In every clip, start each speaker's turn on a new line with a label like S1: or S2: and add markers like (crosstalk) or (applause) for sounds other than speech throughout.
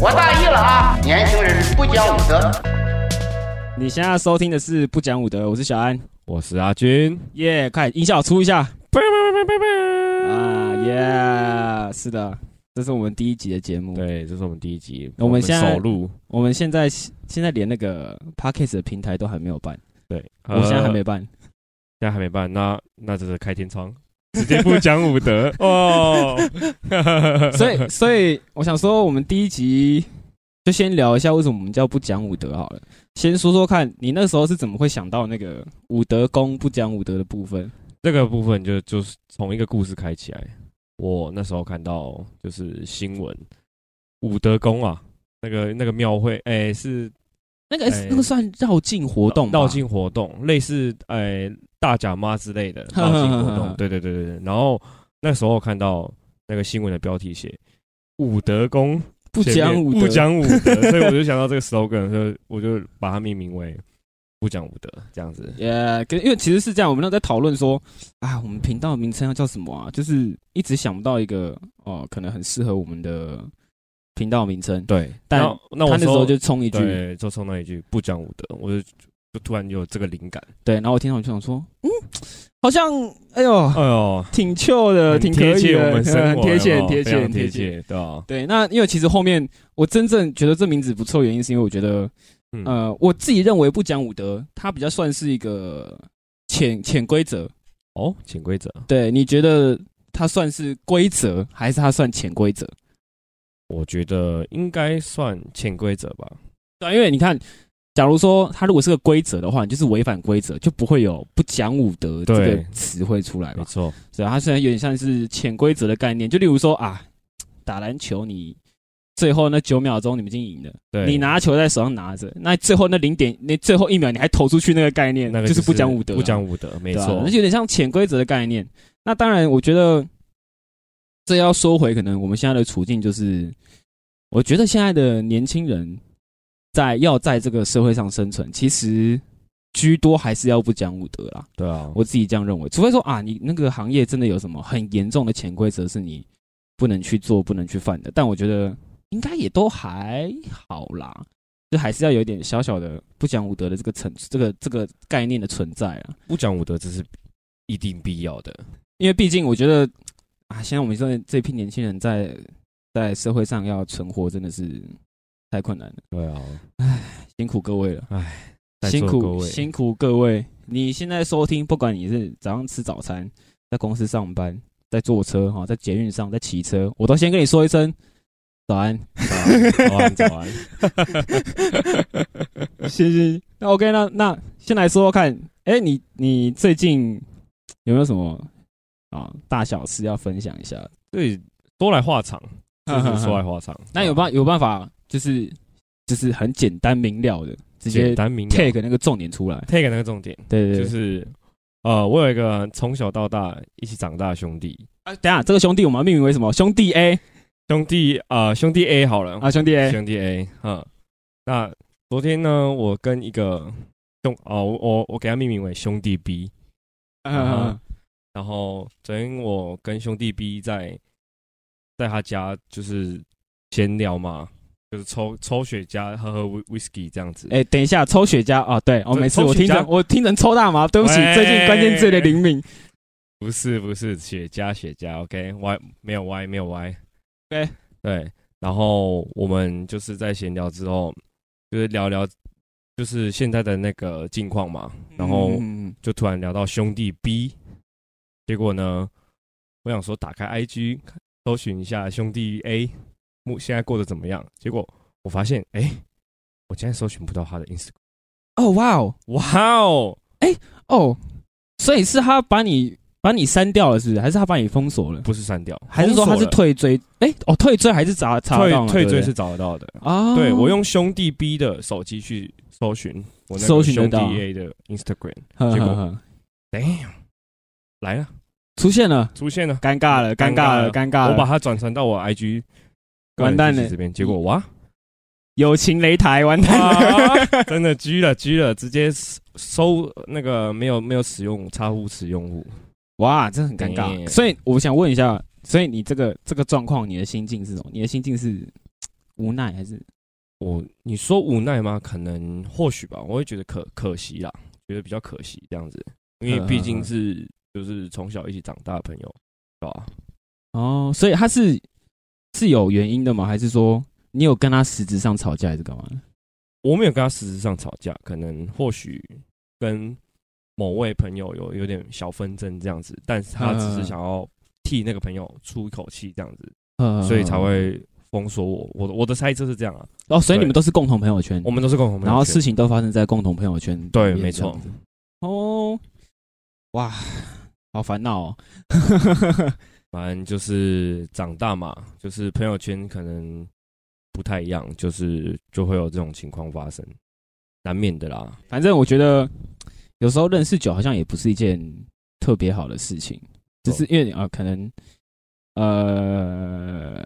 S1: 我大意了啊！年轻人不讲武德。
S2: 你现在收听的是不讲武德，我是小安，
S3: 我是阿军，
S2: 耶、快音效出一下，啊，耶、是的，这是我们第一集的节目。
S3: 对，这是我们第一集，
S2: 我们现在
S3: 首录，
S2: 我们现在现在连那个 podcast 的平台都还没有办，
S3: 对，
S2: 我现在还没
S3: 呃，
S2: 办，
S3: 现在还没办，那那就是开天窗，直接不讲武
S2: (laughs)
S3: 德哦，
S2: 所以所以我想说，我们第一集就先聊一下为什么我们叫不讲武德好了。先说说看，你那时候是怎么会想到那个武德公不讲武德的部分？
S3: 这个部分就就是从一个故事开起来。我那时候看到就是新闻，武德宫啊，那个那个庙会，哎、是
S2: 那个、
S3: 哎
S2: 那个算绕境活动吧，
S3: 绕境活动，类似哎、大甲妈之类
S2: (laughs)
S3: 的
S2: 呵呵
S3: 绕
S2: 呵
S3: 境活动。对对对对对。然后那时候看到那个新闻的标题写武德宫
S2: 不
S3: 前
S2: 讲
S3: 面
S2: 武德，
S3: 不讲武德，所以我就想到这个 slogan，所 (laughs) 以我就把它命名为不讲武德这样子。
S2: 呃，跟因为其实是这样，我们那时候在讨论说，啊，我们频道的名称要叫什么啊？就是一直想不到一个哦、可能很适合我们的频道名称。
S3: 对，
S2: 但
S3: 然后那我
S2: 他那时候就冲一句，对
S3: 对，就冲那一句不讲武德，我就就突然有这个灵感，
S2: 然后我听到我就想说，嗯，好像， (laughs) 哎呦，
S3: 哎呦，
S2: 挺 Q 的，
S3: 很
S2: 挺可
S3: 贴
S2: 以
S3: 切
S2: 的，
S3: 我们生
S2: 嗯
S3: 活，
S2: 贴切，
S3: 有
S2: 很
S3: 没有
S2: 贴
S3: 非
S2: 切，
S3: 常
S2: 很
S3: 贴
S2: 切。
S3: 切，对啊吧？
S2: 对，那因为其实后面我真正觉得这名字不错，原因是因为我觉得，
S3: 嗯
S2: 呃，我自己认为不讲武德，它比较算是一个潜潜规则，
S3: 哦，潜规则，
S2: 对，你觉得它算是规则，还是它算潜规则？
S3: 我觉得应该算潜规则吧。
S2: 对啊，因为你看，假如说它如果是个规则的话，你就是违反规则，就不会有不讲武德这个
S3: 对
S2: 词汇出来
S3: 没
S2: 嘛。
S3: 错，
S2: 所以它虽然有点像是潜规则的概念，就例如说啊，打篮球你。最后那九秒钟你们已经赢了，
S3: 对，
S2: 你拿球在手上拿着，那最后那零点，那最后一秒你还投出去那个概念，
S3: 那个
S2: 就是不讲武德啊、
S3: 不讲武德，没
S2: 对啊
S3: 错
S2: 那，就有点像潜规则的概念。那当然，我觉得这要说回，可能我们现在的处境就是，我觉得现在的年轻人在要在这个社会上生存，其实居多还是要不讲武德啦。
S3: 对啊，
S2: 我自己这样认为，除非说啊，你那个行业真的有什么很严重的潜规则是你不能去做、不能去犯的，但我觉得应该也都还好啦。就还是要有一点小小的不讲武德的这个层、这个这个概念的存在啊。
S3: 不讲武德这是一定必要的，
S2: 因为毕竟我觉得啊，现在我们这这批年轻人在在社会上要存活，真的是太困难了，
S3: 对啊，
S2: 辛苦各位了，
S3: 在
S2: 辛
S3: 座各
S2: 苦
S3: 位
S2: 辛苦各位。你现在收听，不管你是早上吃早餐，在公司上班，在坐车哈，在捷运上，在骑车，我都先跟你说一声早
S3: (laughs)
S2: 安。
S3: 啊早安早安，
S2: 行行，那 OK，那那先来说说看，哎、你你最近有没有什么啊大小事要分享一
S3: (laughs)
S2: 下？
S3: 对，说来话
S2: (laughs)，
S3: 长，就是说来话长
S2: 那有办有办法，就是就是很简单明了的，直接
S3: 啊简单明了
S2: take 那个重点出来。
S3: take 那个重点，
S2: 对对对，
S3: 就是呃，我有一个从小到大一起长大的兄弟，
S2: 啊等一下这个兄弟我们要命名为什么？兄弟 A
S3: 兄弟啊、呃兄弟 A 好了，
S2: 啊，兄弟 A，
S3: 兄弟 A，嗯，那昨天呢，我跟一个兄哦，我我我给他命名为兄弟 B，
S2: 嗯
S3: 啊
S2: 嗯嗯
S3: 然后昨天我跟兄弟 B 在在他家就是闲聊嘛，就是抽抽雪茄，喝喝 whi- whisky 这样子。
S2: 哎，等一下抽雪茄啊，对，哦，
S3: 对
S2: 每次
S3: 抽
S2: 我听
S3: 雪茄
S2: 成我听成抽大麻，对不起，
S3: 喂
S2: 最近关键字有点灵敏。
S3: 不是不是雪茄雪茄，OK，歪没有歪没有歪
S2: OK
S3: 对，然后我们就是在闲聊之后，就是聊聊就是现在的那个近况嘛，然后
S2: 嗯
S3: 就突然聊到兄弟 B，结果呢，我想说打开 IG 搜寻一下兄弟 A，目现在过得怎么样？结果我发现，哎、我竟然搜寻不到他的 Instagram。
S2: 哦哇哦
S3: 哇哦，
S2: 哦，所以是他把你把你删掉了，是不是？还是他把你封锁了？
S3: 不是删掉，
S2: 还是说他是
S3: 封
S2: 退追？哎，哦，退追还是查查
S3: 锁
S2: 得
S3: 了
S2: 到了
S3: 退退
S2: 对
S3: 追
S2: 不对
S3: 是找得到的。
S2: 啊？
S3: 对我用兄弟 B 的手机去搜寻我那
S2: 搜
S3: 个
S2: 寻得
S3: 兄弟
S2: 到
S3: A 的 Instagram，
S2: 呵呵
S3: 结果
S2: 呵
S3: 来了，
S2: 出现了，
S3: 出现了，
S2: 尴尬了，尴尬
S3: 尴尬
S2: 了，
S3: 了
S2: 尴尬了。
S3: 我把它转传到我 IG 个人
S2: 完蛋
S3: 信息
S2: 了
S3: 这边，结果哇。
S2: 友情擂台， (laughs) 完蛋了。
S3: 啊真的狙了狙了，直接收那个没有没有使用插户使用户，
S2: (laughs) 哇，这很尴
S3: 对
S2: 尬。所以我想问一下，所以你这个这个状况，你的心境是什么？你的心境是无奈还是
S3: 我你说无奈吗？可能或许吧，我会觉得可可惜啦，觉得比较可惜这样子，因为毕竟是就是从小一起长大的朋友，对吧？
S2: 哦，所以他是是有原因的吗？还是说你有跟他实质上吵架还是干嘛的？
S3: 我没有跟他实质上吵架，可能或许跟某位朋友有有点小纷争这样子，但是他只是想要替那个朋友出一口气这样子，
S2: 呃
S3: 所以才会封锁我。我的我的猜测是这样啊，
S2: 哦，所以你们都是共同朋友圈
S3: 我，们都是共同朋友，
S2: 然后事情都发生在共同朋友圈里面，
S3: 对，没错
S2: 这样子。哦，哇，好烦恼哦。
S3: 反正就是长大嘛，就是朋友圈可能不太一样，就是就会有这种情况发生，难免的啦。
S2: 反正我觉得有时候认识久好像也不是一件特别好的事情，只是因为啊、呃可能呃，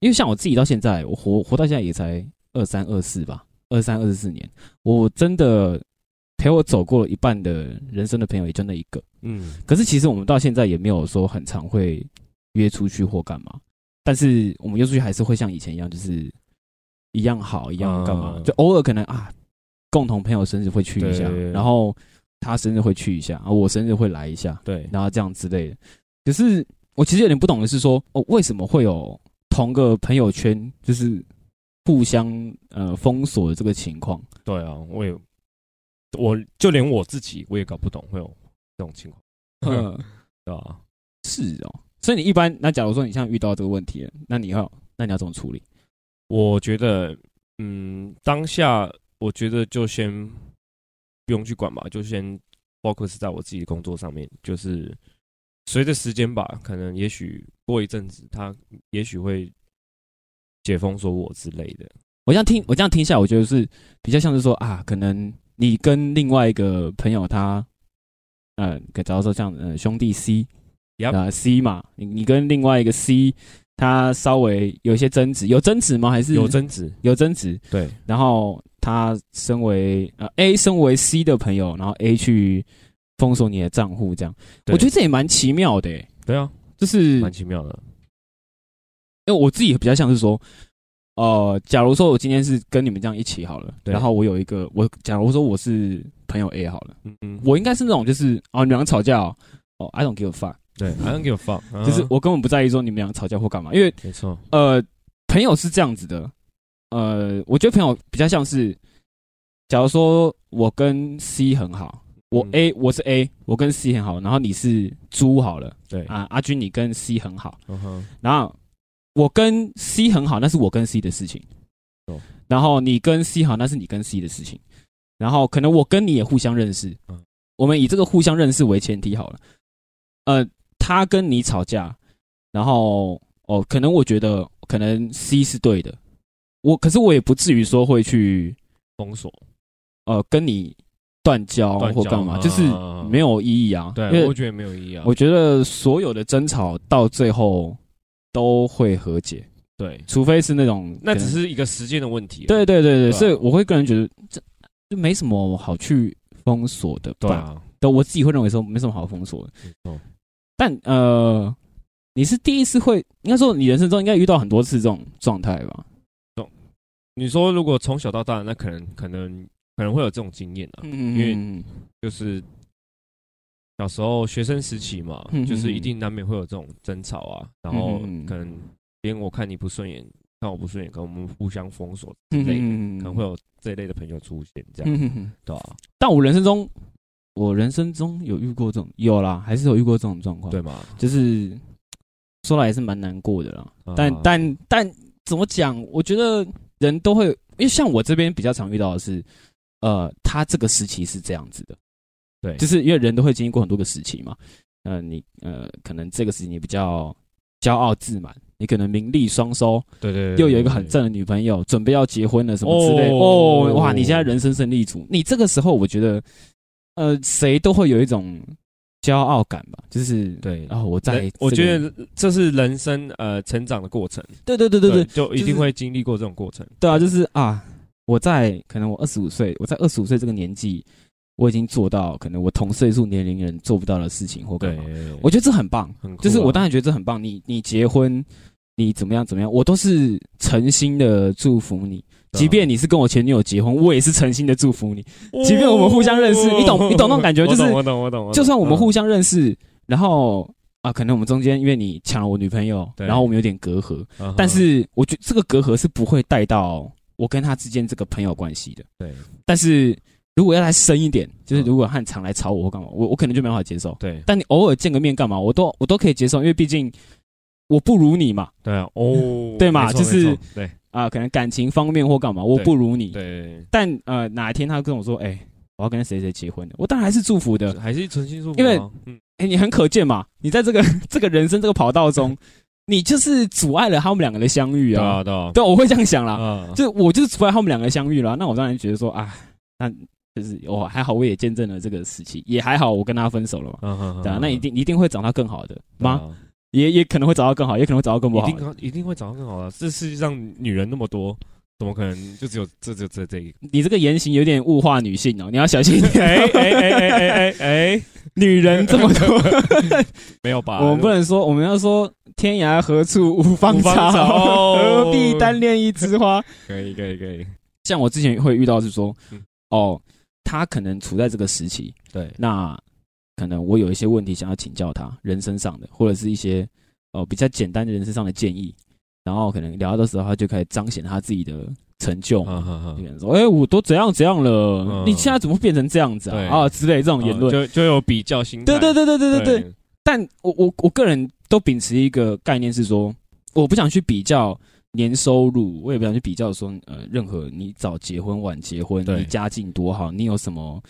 S2: 因为像我自己到现在，我活活到现在也才二三二四吧，二三二四年，我真的陪我走过了一半的人生的朋友也就那一个。
S3: 嗯，
S2: 可是其实我们到现在也没有说很常会约出去或干嘛，但是我们约出去还是会像以前一样，就是一样好，一样干嘛，
S3: 嗯
S2: 就偶尔可能啊，共同朋友生日会去一下
S3: 对，
S2: 然后他生日会去一下，啊，我生日会来一下，
S3: 对，
S2: 然后这样之类的。可是我其实有点不懂的是说，哦，为什么会有同个朋友圈就是互相呃封锁的这个情况？
S3: 对啊，我也，我就连我自己我也搞不懂会有这种情况，
S2: 嗯，
S3: 对吧、啊？
S2: 是哦，所以你一般那假如说你现在遇到这个问题了，那你要那你要怎么处理？
S3: 我觉得，嗯，当下我觉得就先不用去管吧，就先 focus 在我自己的工作上面。就是随着时间吧，可能也许过一阵子，他也许会解封锁我之类的。
S2: 我这样听，我这样听下来，我觉得是比较像是说啊，可能你跟另外一个朋友他，呃，假如说像呃兄弟 C，啊
S3: Yup
S2: C 嘛，你你跟另外一个 C，他稍微有一些争执，有争执吗？还是
S3: 有争执，
S2: 有争执？
S3: 对，
S2: 然后他身为呃 A 身为 C 的朋友，然后 A 去封锁你的账户，这样，
S3: 对
S2: 我觉得这也蛮奇妙的、欸，
S3: 对啊，
S2: 就是
S3: 蛮奇妙的。
S2: 因为我自己比较像是说，呃，假如说我今天是跟你们这样一起好了，
S3: 对
S2: 然后我有一个我，假如说我是朋友 A 好了，
S3: 嗯嗯，
S2: 我应该是那种就是哦，你们俩吵架哦，哦，I don't give a fuck，、 (laughs)
S3: 对，I don't give a fuck，
S2: 就是
S3: 啊
S2: 我根本不在意说你们俩吵架或干嘛，因为
S3: 没错，
S2: 呃，朋友是这样子的，呃，我觉得朋友比较像是，假如说我跟 C 很好，我
S3: 嗯
S2: A、我是 A，我跟 C 很好，然后你是猪好了
S3: 对，
S2: 啊，阿军你跟 C 很好。
S3: 嗯哼，
S2: 然后我跟 C 很好，那是我跟 C 的事情
S3: 哦。
S2: 然后你跟 C 好，那是你跟 C 的事情。然后可能我跟你也互相认识
S3: 嗯，
S2: 我们以这个互相认识为前提好了。呃，他跟你吵架，然后哦，可能我觉得可能 C 是对的，我可是我也不至于说会去
S3: 封锁，
S2: 呃跟你断交
S3: 断
S2: 或
S3: 交
S2: 干嘛，
S3: 嗯
S2: 就是
S3: 嗯嗯
S2: 没有意义啊。因
S3: 对，
S2: 为
S3: 我觉得没有意义啊。
S2: 我觉得所有的争吵到最后都会和解，
S3: 对，
S2: 除非是那种
S3: 那
S2: 可
S3: 只
S2: 能
S3: 是一个时间的问题啊。
S2: 对对对对，
S3: 对啊
S2: 所以我会个人觉得这这没什么好去封锁的
S3: 对
S2: 吧？
S3: 啊，
S2: 对，我自己会认为说没什么好封锁的。
S3: 没错。
S2: 但呃，你是第一次会，应该说你人生中应该遇到很多次这种状态吧？
S3: 你说如果从小到大，那可能可能可能会有这种经验啊，
S2: 嗯
S3: 因为就是小时候学生时期嘛
S2: 嗯嗯，
S3: 就是一定难免会有这种争吵啊，然后
S2: 嗯嗯嗯
S3: 可能连我看你不顺眼，看我不顺眼，可能我们互相封锁之类的，
S2: 嗯
S3: 可能会有这一类的朋友出现，这
S2: 嗯
S3: 样
S2: 嗯嗯。
S3: 对吧？
S2: 但我人生中，我人生中有遇过这种，有啦，还是有遇过这种状况。
S3: 对，吗？
S2: 就是说来也是蛮难过的啦。
S3: 啊
S2: 但但但怎么讲？我觉得人都会，因为像我这边比较常遇到的是，呃，他这个时期是这样子的，
S3: 对
S2: 就是因为人都会经历过很多个时期嘛。呃，你呃，可能这个时期你比较骄傲自满，你可能名利双收，
S3: 对对，对
S2: 又有一个很，正的女朋友，准备要结婚了什么之类的。
S3: 哦
S2: 哦，哇，你现在人生胜利组，你这个时候我觉得，呃，谁都会有一种骄傲感吧，就是。
S3: 对对。
S2: 哦，我在、
S3: 人我觉，得这是人生呃成长的过程，
S2: 对对对对对，
S3: 就一
S2: 就
S3: 定
S2: 是
S3: 会经历过这种过程。
S2: 对啊，就是啊，我在可能我二十五岁，我在二十五岁这个年纪，我已经做到可能我同岁数年龄人做不到的事情或干
S3: 对
S2: 嘛。，我觉得这很棒，
S3: 很酷啊
S2: 就是我当然觉得这很棒。你你结婚，你怎么样怎么样，我都是诚心的祝福你。
S3: 对啊
S2: 即便你是跟我前女友结婚，我也是诚心的祝福你。即便我们互相认识你懂你懂那种感觉就是
S3: 哦我懂我懂我懂我懂，
S2: 就算我们互
S3: 嗯
S2: 相认识，然后啊，可能我们中间因为你抢了我女朋友，
S3: 对
S2: 然后我们有点隔阂，
S3: 嗯
S2: 但是我觉得这个隔阂是不会带到我跟他之间这个朋友关系的。
S3: 对
S2: 但是如果要来深一点，就是
S3: 嗯
S2: 如果汉常来吵我或干嘛，我我可能就没办法接受。
S3: 对
S2: 但你偶尔见个面干嘛，我都我都可以接受，因为毕竟我不如你嘛，
S3: 对啊哦，
S2: 对嘛
S3: 没错
S2: 就是
S3: 没错对
S2: 啊、可能感情方面或干嘛，我
S3: 对
S2: 不如你。
S3: 对
S2: 但呃，哪一天他跟我说，哎、我要跟谁谁结婚了，我当然还是祝福的
S3: 对，。还是诚心祝福啊，
S2: 因为
S3: 嗯
S2: 哎、你很可见嘛，你在这个 (laughs) 这个人生这个跑道
S3: (laughs)
S2: 中，你就是阻碍了他们两个的相遇
S3: 对
S2: 啊。
S3: 啊对啊
S2: 对，我会这样想啦，
S3: 啊，
S2: 就我就是阻碍他们两个的相遇啦。那我当然觉得说啊，那就是我还好，我也见证了这个时期，也还好，我跟他分手了嘛。
S3: 嗯哼
S2: 对啊，那一定一定会找到更好的吗？
S3: 吗？
S2: 也也可能会找到更好，也可能会找到更不
S3: 一
S2: 好的。
S3: 定一定会找到更好的。啊这世界上女人那么多，怎么可能就只有这这这
S2: (laughs)
S3: 这一个？
S2: 你这个言行有点物化女性哦，你要小心一点。
S3: (laughs) 哎哎哎哎哎哎哎，
S2: 女人这么多，
S3: (laughs) 没有吧？
S2: 我们不能说，我们要说天涯何处无芳
S3: 无芳草哦
S2: 草，何必单恋一枝花。
S3: 可以可以可以，
S2: 像我之前会遇到是说
S3: 嗯，
S2: 哦，他可能处在这个时期，
S3: 对
S2: 那可能我有一些问题想要请教他，人生上的，或者是一些哦比较简单的人生上的建议，然后可能聊到的时候，他就开始彰显他自己的成就嘛。
S3: 嗯哼哼
S2: 有人说：“哎、我都怎样怎样了，
S3: 嗯
S2: 你现在怎么变成这样子
S3: 对
S2: 啊？啊之类这种言
S3: 嗯
S2: 论，
S3: 就就有比较心态，
S2: 对对对对对对对。
S3: 对
S2: 但我我我个人都秉持一个概念是说，我不想去比较年收入，我也不想去比较说呃任何你早结婚晚结婚，
S3: 对
S2: 你家境多好，你有什么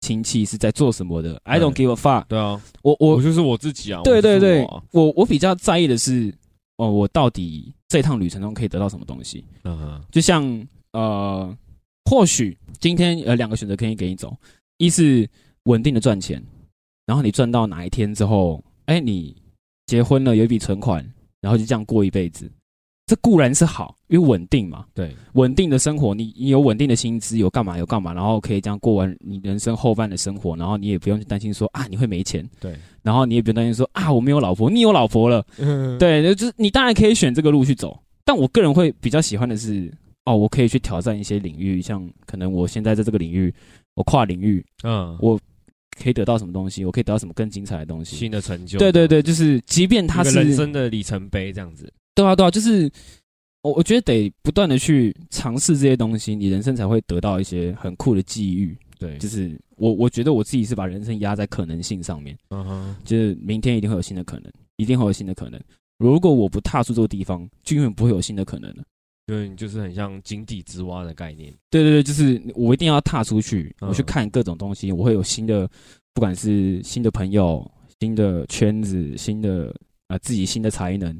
S2: 亲戚是在做什么的，I don't give a fuck。
S3: 对啊，
S2: 我我
S3: 我就是我自己啊，
S2: 对对对
S3: 我就是我啊，
S2: 我我比较在意的是，哦，我到底这趟旅程中可以得到什么东西？
S3: 嗯哼，
S2: 就像呃，或许今天呃两个选择可以给你走，一是稳定的赚钱，然后你赚到哪一天之后，哎、你结婚了有一笔存款，然后就这样过一辈子，这固然是好，因为稳定嘛，
S3: 对
S2: 稳定的生活，你你有稳定的薪资，有干嘛有干嘛，然后可以这样过完你人生后半的生活，然后你也不用去担心说啊你会没钱，
S3: 对，
S2: 然后你也不用担心说啊我没有老婆，你有老婆了。
S3: 嗯
S2: 对，就就是你当然可以选这个路去走，但我个人会比较喜欢的是，哦，我可以去挑战一些领域，像可能我现在在这个领域，我跨领域
S3: 嗯，
S2: 我可以得到什么东西，我可以得到什么更精彩的东西。
S3: 新的成就，
S2: 对对对，就是即便
S3: 一
S2: 他
S3: 个
S2: 是
S3: 人生的里程碑这样子，
S2: 对啊对啊，就是我我觉得得不断的去尝试这些东西，你人生才会得到一些很酷的际遇。
S3: 对，
S2: 就是我我觉得我自己是把人生压在可能性上面。
S3: 嗯哼，
S2: 就是明天一定会有新的可能，一定会有新的可能。如果我不踏出这个地方，就永远不会有新的可能了。
S3: 就是你就是很像井底之蛙的概念，
S2: 对对对，就是我一定要踏出去，
S3: 嗯
S2: 我去看各种东西，我会有新的，不管是新的朋友、新的圈子、新的啊、呃自己新的才能，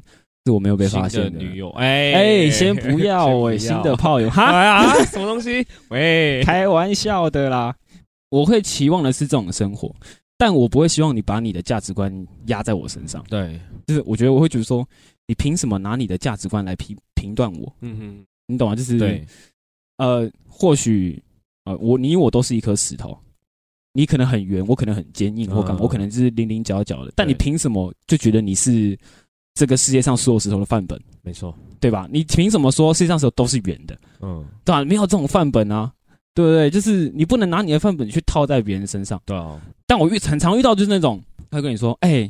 S2: 是我没有被发现
S3: 新
S2: 的。
S3: 的女友，哎
S2: 哎，先不要
S3: (laughs) 先不
S2: 哎、
S3: 要
S2: 新
S3: (laughs)
S2: 的炮友哈，
S3: 哎呀，什么东西？
S2: (laughs)
S3: 喂，
S2: 开玩笑的啦。我会期望的是这种生活，但我不会希望你把你的价值观压在我身上。
S3: 对，
S2: 就是我觉得我会觉得说，你凭什么拿你的价值观来评评断我？
S3: 嗯哼，
S2: 你懂吗？就是
S3: 对，
S2: 呃，或许呃，我你我都是一颗石头，你可能很圆，我可能很坚硬，
S3: 嗯
S2: 我可能、我可能就是零零角角的，但
S3: 对
S2: 你凭什么就觉得你是这个世界上所有石头的范本，
S3: 没错，
S2: 对吧？你凭什么说世界上石头都是圆的，
S3: 嗯，
S2: 对吧、没有这种范本啊，对不对？就是你不能拿你的范本去套在别人身上。
S3: 对啊，
S2: 但我遇很常遇到就是那种，他会跟你说，哎、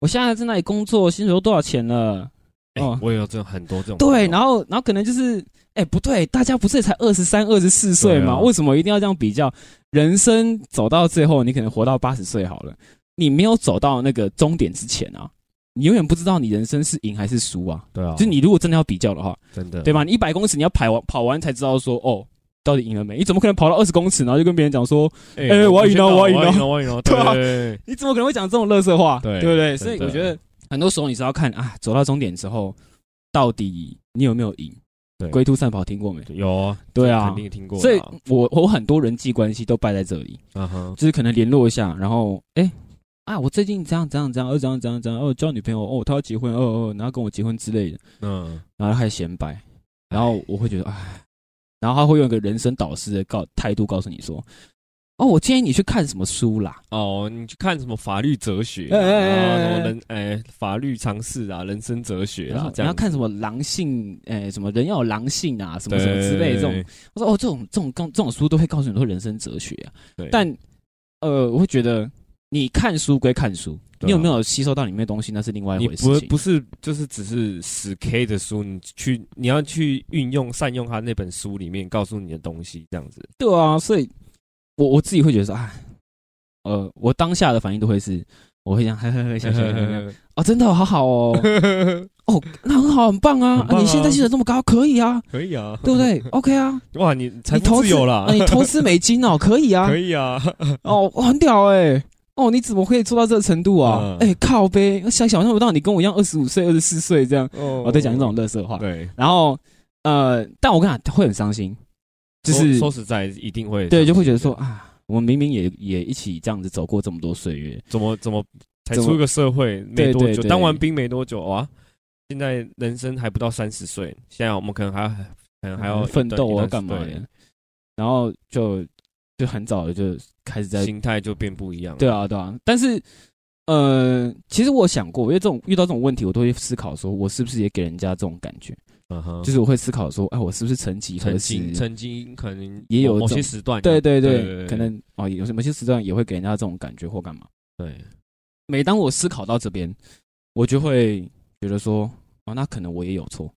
S2: 我现在在那里工作，薪水都多少钱了？
S3: 哎
S2: 哦
S3: 我也有这种很多这种朋友，
S2: 对，然后然后可能就是，哎、不对，大家不是也才二十三、二十四岁
S3: 对
S2: 吗？
S3: 啊
S2: 为什么一定要这样比较？人生走到最后，你可能活到八十岁好了，你没有走到那个终点之前啊，你永远不知道你人生是赢还是输啊。
S3: 对啊，
S2: 就是你如果真的要比较的话，
S3: 真的
S2: 对吧？？你一百公尺你要跑完跑完才知道说，哦，到底赢了没？你怎么可能跑到二十公尺，然后就跟别人讲说，
S3: 哎
S2: 哎我要赢了
S3: 先到
S2: 我要
S3: 我
S2: 赢了
S3: 要赢了，我要赢
S2: (laughs)
S3: 了，
S2: 对啊
S3: 对，
S2: 你怎么可能会讲这种垃圾话？
S3: 对
S2: 对不对？
S3: 真
S2: 所
S3: 的
S2: 以我觉得很多时候你是要看啊，走到终点之后，到底你有没有赢？
S3: 对
S2: 龟兔赛跑听过没？
S3: 有啊，
S2: 对啊
S3: 肯定听过啦，
S2: 所以我我很多人际关系都败在这里，
S3: 嗯哼，
S2: 就是可能联络一下，然后哎、啊，我最近怎样怎样怎样，哦怎样怎样怎样，哦交女朋友，哦她要结婚，哦哦，然后跟我结婚之类的，
S3: 嗯，
S2: 然后他还显摆，然后我会觉得哎，然后他会用一个人生导师的告态度告诉你说，哦，我建议你去看什么书啦，
S3: 哦，你去看什么法律哲学啊，
S2: 哎哎哎
S3: 然后什
S2: 哎
S3: 么人哎法律常识啊，人生哲学
S2: 然后
S3: 啊，这
S2: 你要
S3: 样
S2: 看什么狼性，诶、什么人要有狼性啊，什
S3: 什
S2: 么什么之类的这种。
S3: 对
S2: 我说哦，这种这种这种书都会告诉你说人生哲学啊，
S3: 对
S2: 但呃，我会觉得你看书归看书，
S3: 对啊
S2: 你有没有吸收到里面的东西，那是另外一
S3: 你
S2: 回事
S3: 不
S2: 情。
S3: 不是就是只是死 K 的书，你去你要去运用善用他那本书里面告诉你的东西，这样子。
S2: 对啊，所以我我自己会觉得说，哎，呃，我当下的反应都会是，我会这样，呵呵呵，笑笑笑 (laughs) 笑，哦，真的哦好好 (laughs) 哦，哦，那很好，很棒啊，
S3: 很棒啊
S2: 你现在薪水这么高，可以啊，
S3: (laughs) 可以啊，
S2: 对不 (laughs) 对？OK 啊，
S3: 哇，你财
S2: 你
S3: 富
S2: 投资
S3: 自由啦
S2: 啊，，你投资美金哦，可以啊
S3: 可，以啊，
S2: 哦，哇很屌哎、哦，你怎么可以做到这个程度啊？哎、
S3: 嗯
S2: 靠呗，想想象不到你跟我一样二十五岁、二十四岁这样，
S3: 哦
S2: 我在讲这种乐色话。
S3: 对，
S2: 然后呃，但我跟你讲会很伤心，就
S3: 说
S2: 是
S3: 说实在一定会
S2: 对，就会觉得
S3: 伤
S2: 说
S3: 心的
S2: 啊，我们明明也也一起这样子走过这么多岁月，
S3: 怎么怎么才
S2: 怎么
S3: 出个社会没
S2: 对
S3: 多
S2: 对
S3: 久，
S2: 对
S3: 当完兵没多久哇，现在人生还不到三十岁，现在我们可能还要可能还要
S2: 奋
S3: 一段
S2: 斗
S3: 一
S2: 啊
S3: 段
S2: 干嘛
S3: 对
S2: 的，然后就就很早的就开始在
S3: 心态就变不一样了。
S2: 对啊对啊，但是。呃，其实我想过，因为这种遇到这种问题，我都会思考说，我是不是也给人家这种感觉？
S3: 嗯哼，
S2: 就是我会思考说，哎，我是不是曾几何
S3: 曾
S2: 时
S3: 经曾经可能
S2: 也有
S3: 某某
S2: 这种
S3: 些时段，
S2: 对对
S3: 对
S2: 对，可能哦，有什么些时段也会给人家这种感觉或干嘛。
S3: 对
S2: 每当我思考到这边，我就会觉得说，哦，那可能我也有错，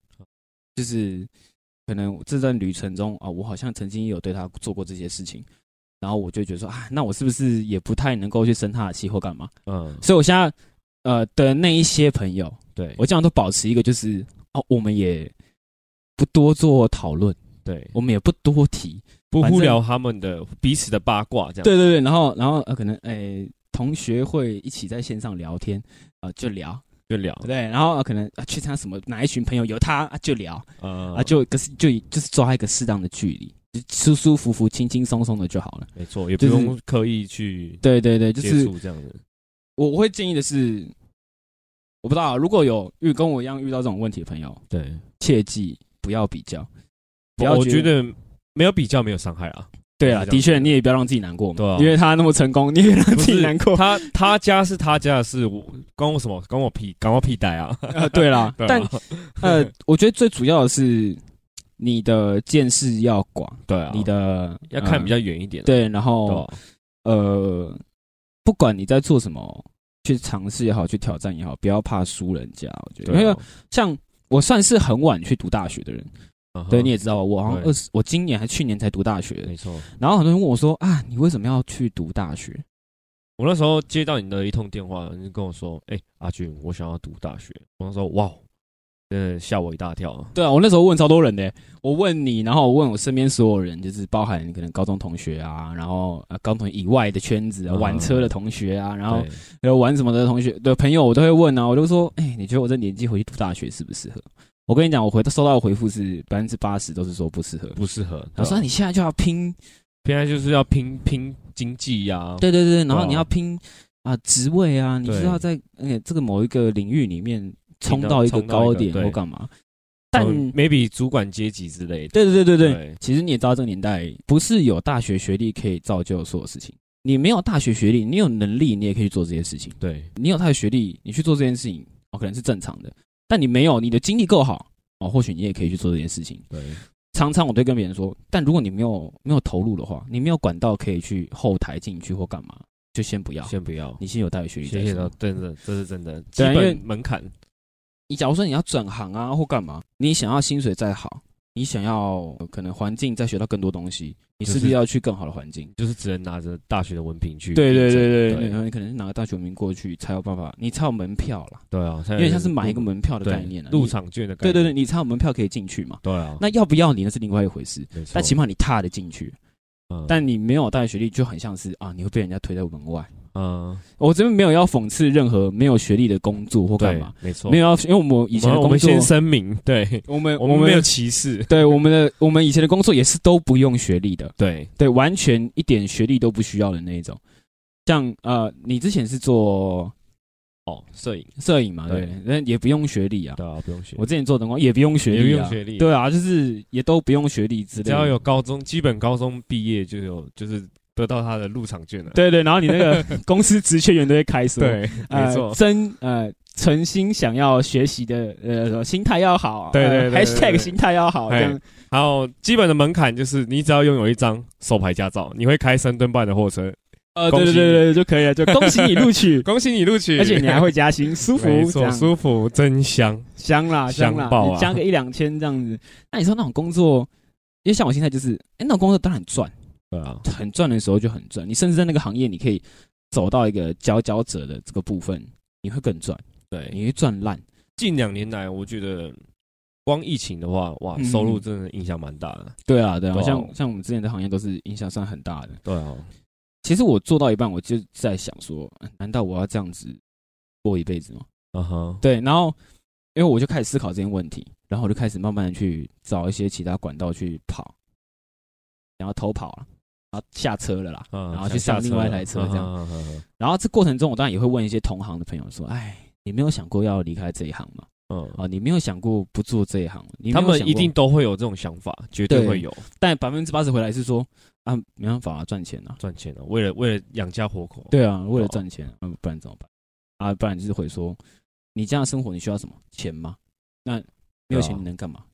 S2: 就是可能这段旅程中啊、我好像曾经也有对他做过这些事情，然后我就觉得说，啊，那我是不是也不太能够去生他的气或干嘛？
S3: 嗯
S2: 所以我现在呃的那一些朋友，
S3: 对
S2: 我这样都保持一个就是，哦，我们也不多做讨论，
S3: 对，
S2: 我们也不多提，
S3: 不
S2: 反
S3: 不
S2: 正
S3: 聊他们的彼此的八卦这样。
S2: 对对对，然后然后呃，可能诶、同学会一起在线上聊天，啊、就聊，
S3: 就聊
S2: 对，然后、呃可能、啊去参加什么哪一群朋友有他、啊、就聊，
S3: 啊
S2: 啊就可是就就是抓一个适当的距离，就舒舒服服、轻轻松松的就好了。
S3: 没错，也不
S2: 就是
S3: 用刻意去
S2: 对对对，就
S3: 接
S2: 是
S3: 触这样子。
S2: 我我会建议的是，我不知道啊如果有遇跟我一样遇到这种问题的朋友，
S3: 对，
S2: 切记不要比较，不要
S3: 我觉
S2: 觉
S3: 得没有比较没有伤害啊。
S2: 对
S3: 我
S2: 啊，
S3: 是
S2: 的
S3: 这样觉
S2: 确
S3: 得
S2: 你也不要让自己难过嘛，
S3: 对啊
S2: 因为他那么成功，你也让
S3: 不
S2: 自己
S3: 是
S2: 难过。
S3: 他他家是他家的事，我关我什么？关我屁关我屁呆啊！，
S2: 呃， (laughs) 对啦
S3: 对啊
S2: 但 (laughs)
S3: (laughs)
S2: 呃，我觉得最主要的是你的见识要广，
S3: 对啊，
S2: 你的
S3: 要看比
S2: 较、
S3: 较远一点啊。
S2: 对，然后
S3: 对啊
S2: 呃，不管你在做什么，去尝试也好，去挑战也好，不要怕输人家。我觉得，因
S3: 对
S2: 为
S3: 啊，
S2: 像我算是很晚去读大学的人，
S3: 嗯哼
S2: 对，你也知道吧？我好像
S3: 对
S2: 二十，我今年还去年才读大学，
S3: 没错。
S2: 然后很多人问我说啊，你为什么要去读大学？
S3: 我那时候接到你的一通电话，你就跟我说：“哎、阿俊，我想要读大学。”我那时候哇，哦真的吓我一大跳啊！
S2: 对啊，我那时候问超多人的，我问你，然后我问我身边所有人，就是包含可能高中同学啊，然后呃高中以外的圈子啊，
S3: 嗯
S2: 玩车的同学啊，然后
S3: 对
S2: 还有玩什么的同学的朋友，我都会问啊，我就说，哎、你觉得我这年纪回去读大学适不适合？我跟你讲，我回收到的回复是百分之八十都是说不适合。
S3: 不适合。
S2: 然后说、
S3: 对
S2: 啊
S3: 啊
S2: 你现在就要拼，
S3: 现在就是要拼拼经济呀、
S2: 对对对，然后你
S3: 对啊
S2: 要拼啊职位啊，你
S3: 对
S2: 是要在呃这个某一个领域里面冲
S3: 到
S2: 到一个
S3: 冲到一
S2: 高
S3: 个
S2: 点
S3: 对
S2: 或干嘛？但
S3: 然后 maybe 主管阶级之类的。
S2: 对对对对对，
S3: 对
S2: 其实你也知道，这个年代不是有大学学历可以造就所有事情。你没有大学学历，你有能力，你也可以去做这些事情。
S3: 对
S2: 你有大学学历，你去做这件事情，哦，可能是正常的。但你没有，你的经历够好，哦，或许你也可以去做这件事情。
S3: 对
S2: 常常我都会跟别人说，但如果你没有没有投入的话，你没有管道可以去后台进去或干嘛，就先不要。
S3: 先不要。
S2: 你先有大学学历
S3: 谢
S2: 再
S3: 谢
S2: 说
S3: 到。，真的，这是真的，基
S2: 对啊因为
S3: 本门槛。
S2: 你假如说你要转行啊或干嘛，你想要薪水再好，你想要呃可能环境再学到更多东西，你
S3: 就是
S2: 是不是要去更好的环境？
S3: 就是只能拿着大学的文凭去
S2: 对对
S3: 竞争
S2: 对嗯对，
S3: 对
S2: 然后你可能是拿个大学名过去才有办法，你才有门票啦，
S3: 对啊，
S2: 因为它是买一个门票的概念啊，
S3: 入
S2: 你
S3: 入场券的概
S2: 对
S3: 念。
S2: 对对，你才有门票可以进去嘛。
S3: 对啊，
S2: 那要不要你那是另外一回事，
S3: 没错
S2: 但起码你踏得进去，
S3: 嗯
S2: 但你没有大学学历就很像是啊，你会被人家推在门外。
S3: 嗯，
S2: 我这边没有要讽刺任何没有学历的工作或干
S3: 对
S2: 嘛，，
S3: 没错，
S2: 没有要，因为我们以前的
S3: 我们我
S2: 工
S3: 们
S2: 作，呃
S3: 先声明，对
S2: 我们
S3: 我们没有
S2: (laughs)
S3: 歧视，
S2: 对我们的我们以前的工作也是都不用学历的，
S3: 对
S2: 对，完全一点学历都不需要的那一种。像呃，你之前是做
S3: 哦，摄影
S2: 摄影嘛，
S3: 对
S2: 对，那也不用学历啊。
S3: 对啊，不用学，
S2: 我之前做灯光也不用学
S3: 也
S2: 历、
S3: 不
S2: 啊，
S3: 用学历
S2: 对啊，就是也都不用学历之类
S3: 只
S2: 的。
S3: 要有高中基本高中毕业就有，就是得到他的入场券了。
S2: 对对，然后你那
S3: (laughs)
S2: 个公司职缺员都会开说，
S3: 对，没
S2: 呃，
S3: 错，
S2: 真呃诚心想要学习的呃什么心态要好，
S3: 对对对对
S2: 呃，#hashtag
S3: 对
S2: 心态要好，这
S3: 哎
S2: 样
S3: 还有基本的门槛就是，你只要拥有一张手牌驾照，你会开三吨半的货车。
S2: 呃，
S3: 恭
S2: 对
S3: 喜，
S2: 对对对，就可以了，就恭喜你录取
S3: 恭喜你录取，
S2: 而且你还会加薪，舒服
S3: 没，
S2: 这
S3: 错，
S2: 样
S3: 舒服，真香。
S2: 香啦
S3: 香
S2: 香啦，
S3: 爆啊
S2: 你加个一两千这样子。那你说那种工作，因为像我现在就是，哎，那种工作当然赚，
S3: 对啊，
S2: 很赚的时候就很赚，你甚至在那个行业你可以走到一个佼佼者的这个部分，你会更赚，
S3: 对。
S2: 你会赚烂。
S3: 近两年来，我觉得光疫情的话，哇，
S2: 嗯
S3: 收入真的影响蛮大的。
S2: 对啊，对啊，
S3: 对啊
S2: 像像我们之前的行业都是影响算很大的。
S3: 对啊，
S2: 其实我做到一半，我就在想说，呃难道我要这样子过一辈子吗？
S3: 啊哈，
S2: 对，然后因为我就开始思考这些问题，然后我就开始慢慢的去找一些其他管道去跑，然后偷跑了，然后下车了啦，
S3: 啊
S2: 然后去上另外一台车这样。
S3: 啊哈啊哈
S2: 然后这过程中，我当然也会问一些同行的朋友说，哎。你没有想过要离开这一行吗？
S3: 嗯，
S2: 啊，你没有想过不做这一行吗？你没
S3: 他
S2: 有
S3: 们
S2: 想
S3: 一
S2: 过
S3: 定，都会有这种想法，绝对
S2: 对
S3: 会有
S2: 但百分之八十回来是说啊，没办法啊，赚钱啊，
S3: 赚钱啊，为了为了养家活口。
S2: 对啊，为了
S3: 哦
S2: 赚钱，啊不然怎么办？啊，不然就是回说，你这样的生活你需要什么钱吗？那没有
S3: 对
S2: 钱
S3: 啊
S2: 你能干嘛？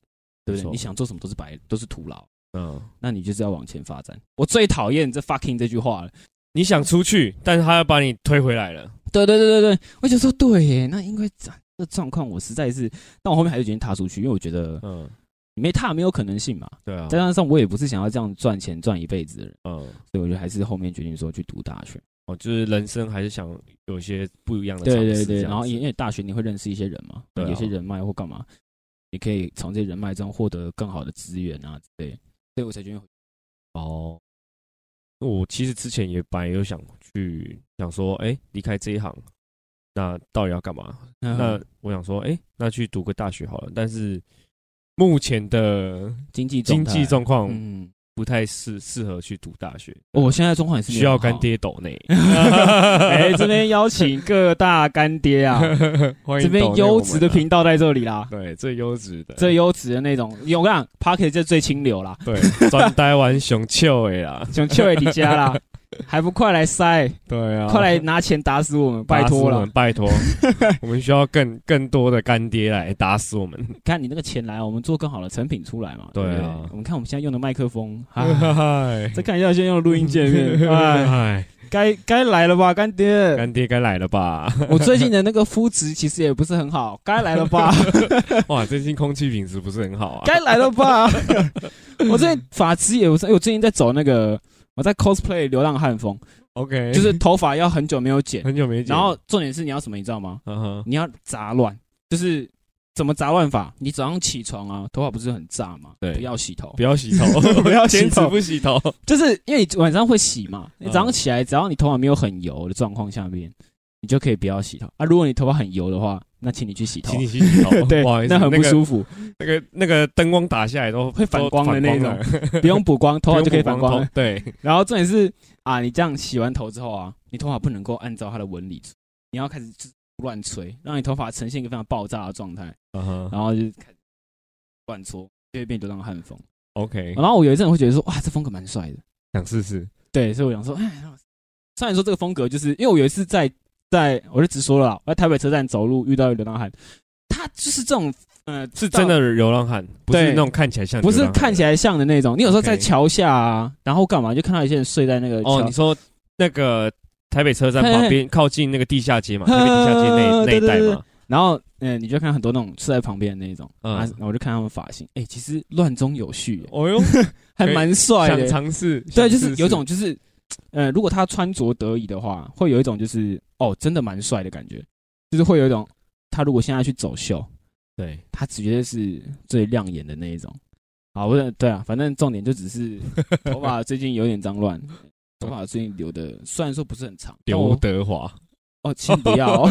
S2: 对不
S3: 没
S2: 对？
S3: 错
S2: 你想做什么都是白，都是徒劳。
S3: 嗯，
S2: 那你就是要往前发展。我最讨厌这 fucking 这句话了。
S3: 你想出去，但是他要把你推回来了。
S2: 对对对对对，我就说对耶，那因为这这状况我实在是，但我后面还是决定踏出去，因为我觉得
S3: 嗯，
S2: 没踏没有可能性嘛。
S3: 对啊
S2: 再，加上我也不是想要这样赚钱赚一辈子的人，
S3: 嗯，
S2: 所以我觉得还是后面决定说去读大学。
S3: 哦，就是人生还是想有一些不一样的尝
S2: 对对
S3: 试。
S2: 对，
S3: 这样
S2: 然后
S3: 子
S2: 因为大学你会认识一些人嘛，
S3: 对啊
S2: 有些人脉或干嘛，你可以从这些人脉中获得更好的资源啊之类的，所以我才决定回。
S3: 哦，我其实之前也本来有想去想说，哎、离开这一行，那到底要干嘛？那
S2: 那
S3: 我想说，哎、那去读个大学好了。但是目前的
S2: 经济
S3: 经济
S2: 状
S3: 状况
S2: 态，嗯，
S3: 不太适适合去读大学，
S2: 我现在状况也是没有
S3: 需要
S2: 很好
S3: 干。爹抖内。
S2: (laughs) 哎，这边邀请各大干爹啊，
S3: (laughs) 欢迎
S2: 这边
S3: 抖内我
S2: 优
S3: 们
S2: 质的
S3: 啊，
S2: 频道在这里啦，
S3: 对最优质的，
S2: 最优质的那种，我跟你讲 p a r k e t 就最清流啦，
S3: 对 (laughs) 专呆玩熊秀哎啦， (laughs)
S2: 像秋伟迪家啦， (laughs) 还不快来塞，
S3: 对啊，
S2: 快来拿钱打死我们，拜
S3: 打死
S2: 托
S3: 我
S2: 了
S3: 们，！
S2: (laughs)
S3: 拜托，我们需要更更多的干爹来打死我们。
S2: 看你那个钱来，我们做更好的成品出来嘛。
S3: 对啊
S2: 不我们看我们现在用的麦克
S3: (laughs)
S2: 风，哎
S3: 嗨，
S2: 再看一下现在用的录音界 (laughs) 面，
S3: (laughs)
S2: 哎，
S3: 哎，
S2: 该该来了吧，干爹。
S3: 干爹该来了吧？
S2: 我最近的那个肤质其实也不是很 (laughs) 好，该来了吧，
S3: 哇，最近空气品质不是很好啊。
S2: 该来了吧。 (laughs) 我最近发质也不是，哎我最近在走那个，我在 cosplay 流浪汉风，
S3: OK，
S2: 就是头发要很久没有剪，
S3: 哎很久没见，
S2: 然后重点是你要什么，你知道吗？
S3: 嗯哼
S2: 你要杂乱，就是怎么杂乱法？你早上起床啊，头发不是很炸吗？
S3: 对
S2: 不要洗头
S3: 不，要洗头，
S2: 不要洗头
S3: 坚持不洗头。
S2: 就是因为你晚上会洗嘛，你
S3: 嗯
S2: 早上起来只要你头发没有很油的状况下面，你就可以不要洗头啊。如果你头发很油的话，那请你去洗头
S3: 请。你洗洗头，
S2: 对
S3: 不好意，思，
S2: 那很不舒
S3: (laughs)
S2: 服，
S3: 那个那个灯光打下来都
S2: 会反光的那种
S3: 都反光了
S2: 不用补光，头发就可以反
S3: 不
S2: 光
S3: 用补
S2: 了
S3: 头。对，
S2: 然后重点是啊，你这样洗完头之后啊，你头发不能够按照它的纹理，你要开始乱吹，让你头发呈现一个非常爆炸的状态，
S3: 嗯哼
S2: 然后就开始乱搓，就会变流浪汉风。
S3: ，OK，
S2: 然后我有一阵会觉得说，哇，这风格蛮帅的。
S3: 想试试。
S2: 对，所以我想说，哎，那我虽然说这个风格，就是因为我有一次在在，我就直说了啦，我在台北车站走路遇到一个流浪汉，他就是这种，呃，
S3: 是真的流浪汉，不是
S2: 对
S3: 那种看起来像
S2: 到，不
S3: 流
S2: 是
S3: 浪汉
S2: 看起来像的那种。你有时候在
S3: OK
S2: 桥下啊，然后干嘛，就看到一些人睡在那个
S3: 哦，
S2: 桥
S3: 你说那个台北车站
S2: 嘿嘿
S3: 旁边靠近那个地下街嘛，台北地下街那
S2: 呃
S3: 那一带
S2: 对对
S3: 嘛
S2: 对，然后嗯、呃你就看很多那种睡在旁边的那种，
S3: 嗯
S2: 啊，然后我就看他们发型，哎、其实乱中有序、
S3: 哦呦，
S2: 还蛮帅
S3: 想
S2: 的。
S3: 尝试，
S2: 对，
S3: 想
S2: 就
S3: 试
S2: 是
S3: 试
S2: 有种就是，呃，如果他穿着得宜的话，会有一种就是哦，真的蛮帅的感觉，就是会有一种他如果现在去走秀，
S3: 对，
S2: 他绝对是最亮眼的那一种。啊，不是，对啊，反正重点就只
S3: (laughs)
S2: 是头发最近有点脏乱，头发最近留的虽然说不是很长，但
S3: 刘
S2: 我
S3: 德华，
S2: 哦，请不
S3: (laughs)
S2: 要、哦，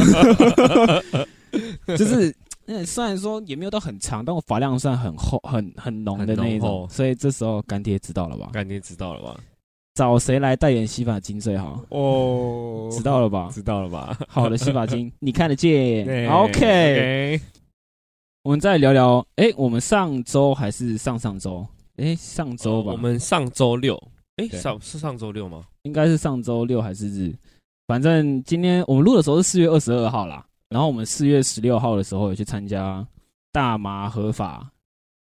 S2: 就是。嗯，虽然说也没有到很长，但我发量算很厚、很很浓的
S3: 很浓
S2: 那一种
S3: 厚，
S2: 所以这时候干爹知道了吧？
S3: 干爹知道了吧？
S2: 找谁来代言洗发精最好？
S3: 哦
S2: 知道了吧？
S3: 知道了吧？
S2: 好的，洗发精，你看得见。
S3: 对
S2: OK，
S3: OK，
S2: 我们再聊聊。
S3: 哦
S2: 哎，我们上周还是上上周？哎，上周吧。
S3: 我们上周六哎，
S2: 对
S3: 上是上周六吗？
S2: 应该是上周六还是日，反正今天我们录的时候是四月二十二号啦，然后我们四月十六号的时候有去参加大麻合法，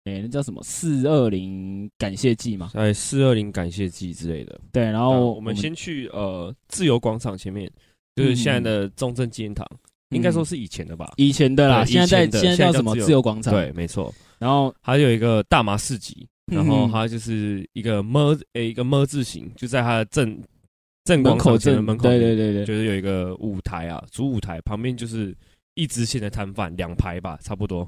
S2: 诶、那叫什么四二零感谢祭嘛，
S3: 在四二零感谢祭之类的。
S2: 对，然
S3: 那
S2: 后
S3: 啊我们先去呃自由广场前面，就
S2: 嗯
S3: 是现在的中正纪念堂，应该说是以前的吧？
S2: 以前的啦，
S3: 对
S2: 现在
S3: 以前
S2: 在
S3: 的
S2: 现在叫什么
S3: 现在叫
S2: 自由广场，
S3: 对，没错。
S2: 然后
S3: 还有一个大麻市集，然后
S2: 嗯
S3: 它就是一个么诶一个么字形，就在它的正正
S2: 嗯门
S3: 广
S2: 口
S3: 场前的
S2: 镇
S3: 门口，
S2: 对对对对，
S3: 就是有一个舞台啊，主舞台旁边就是一直线的摊贩，两排吧，差不多。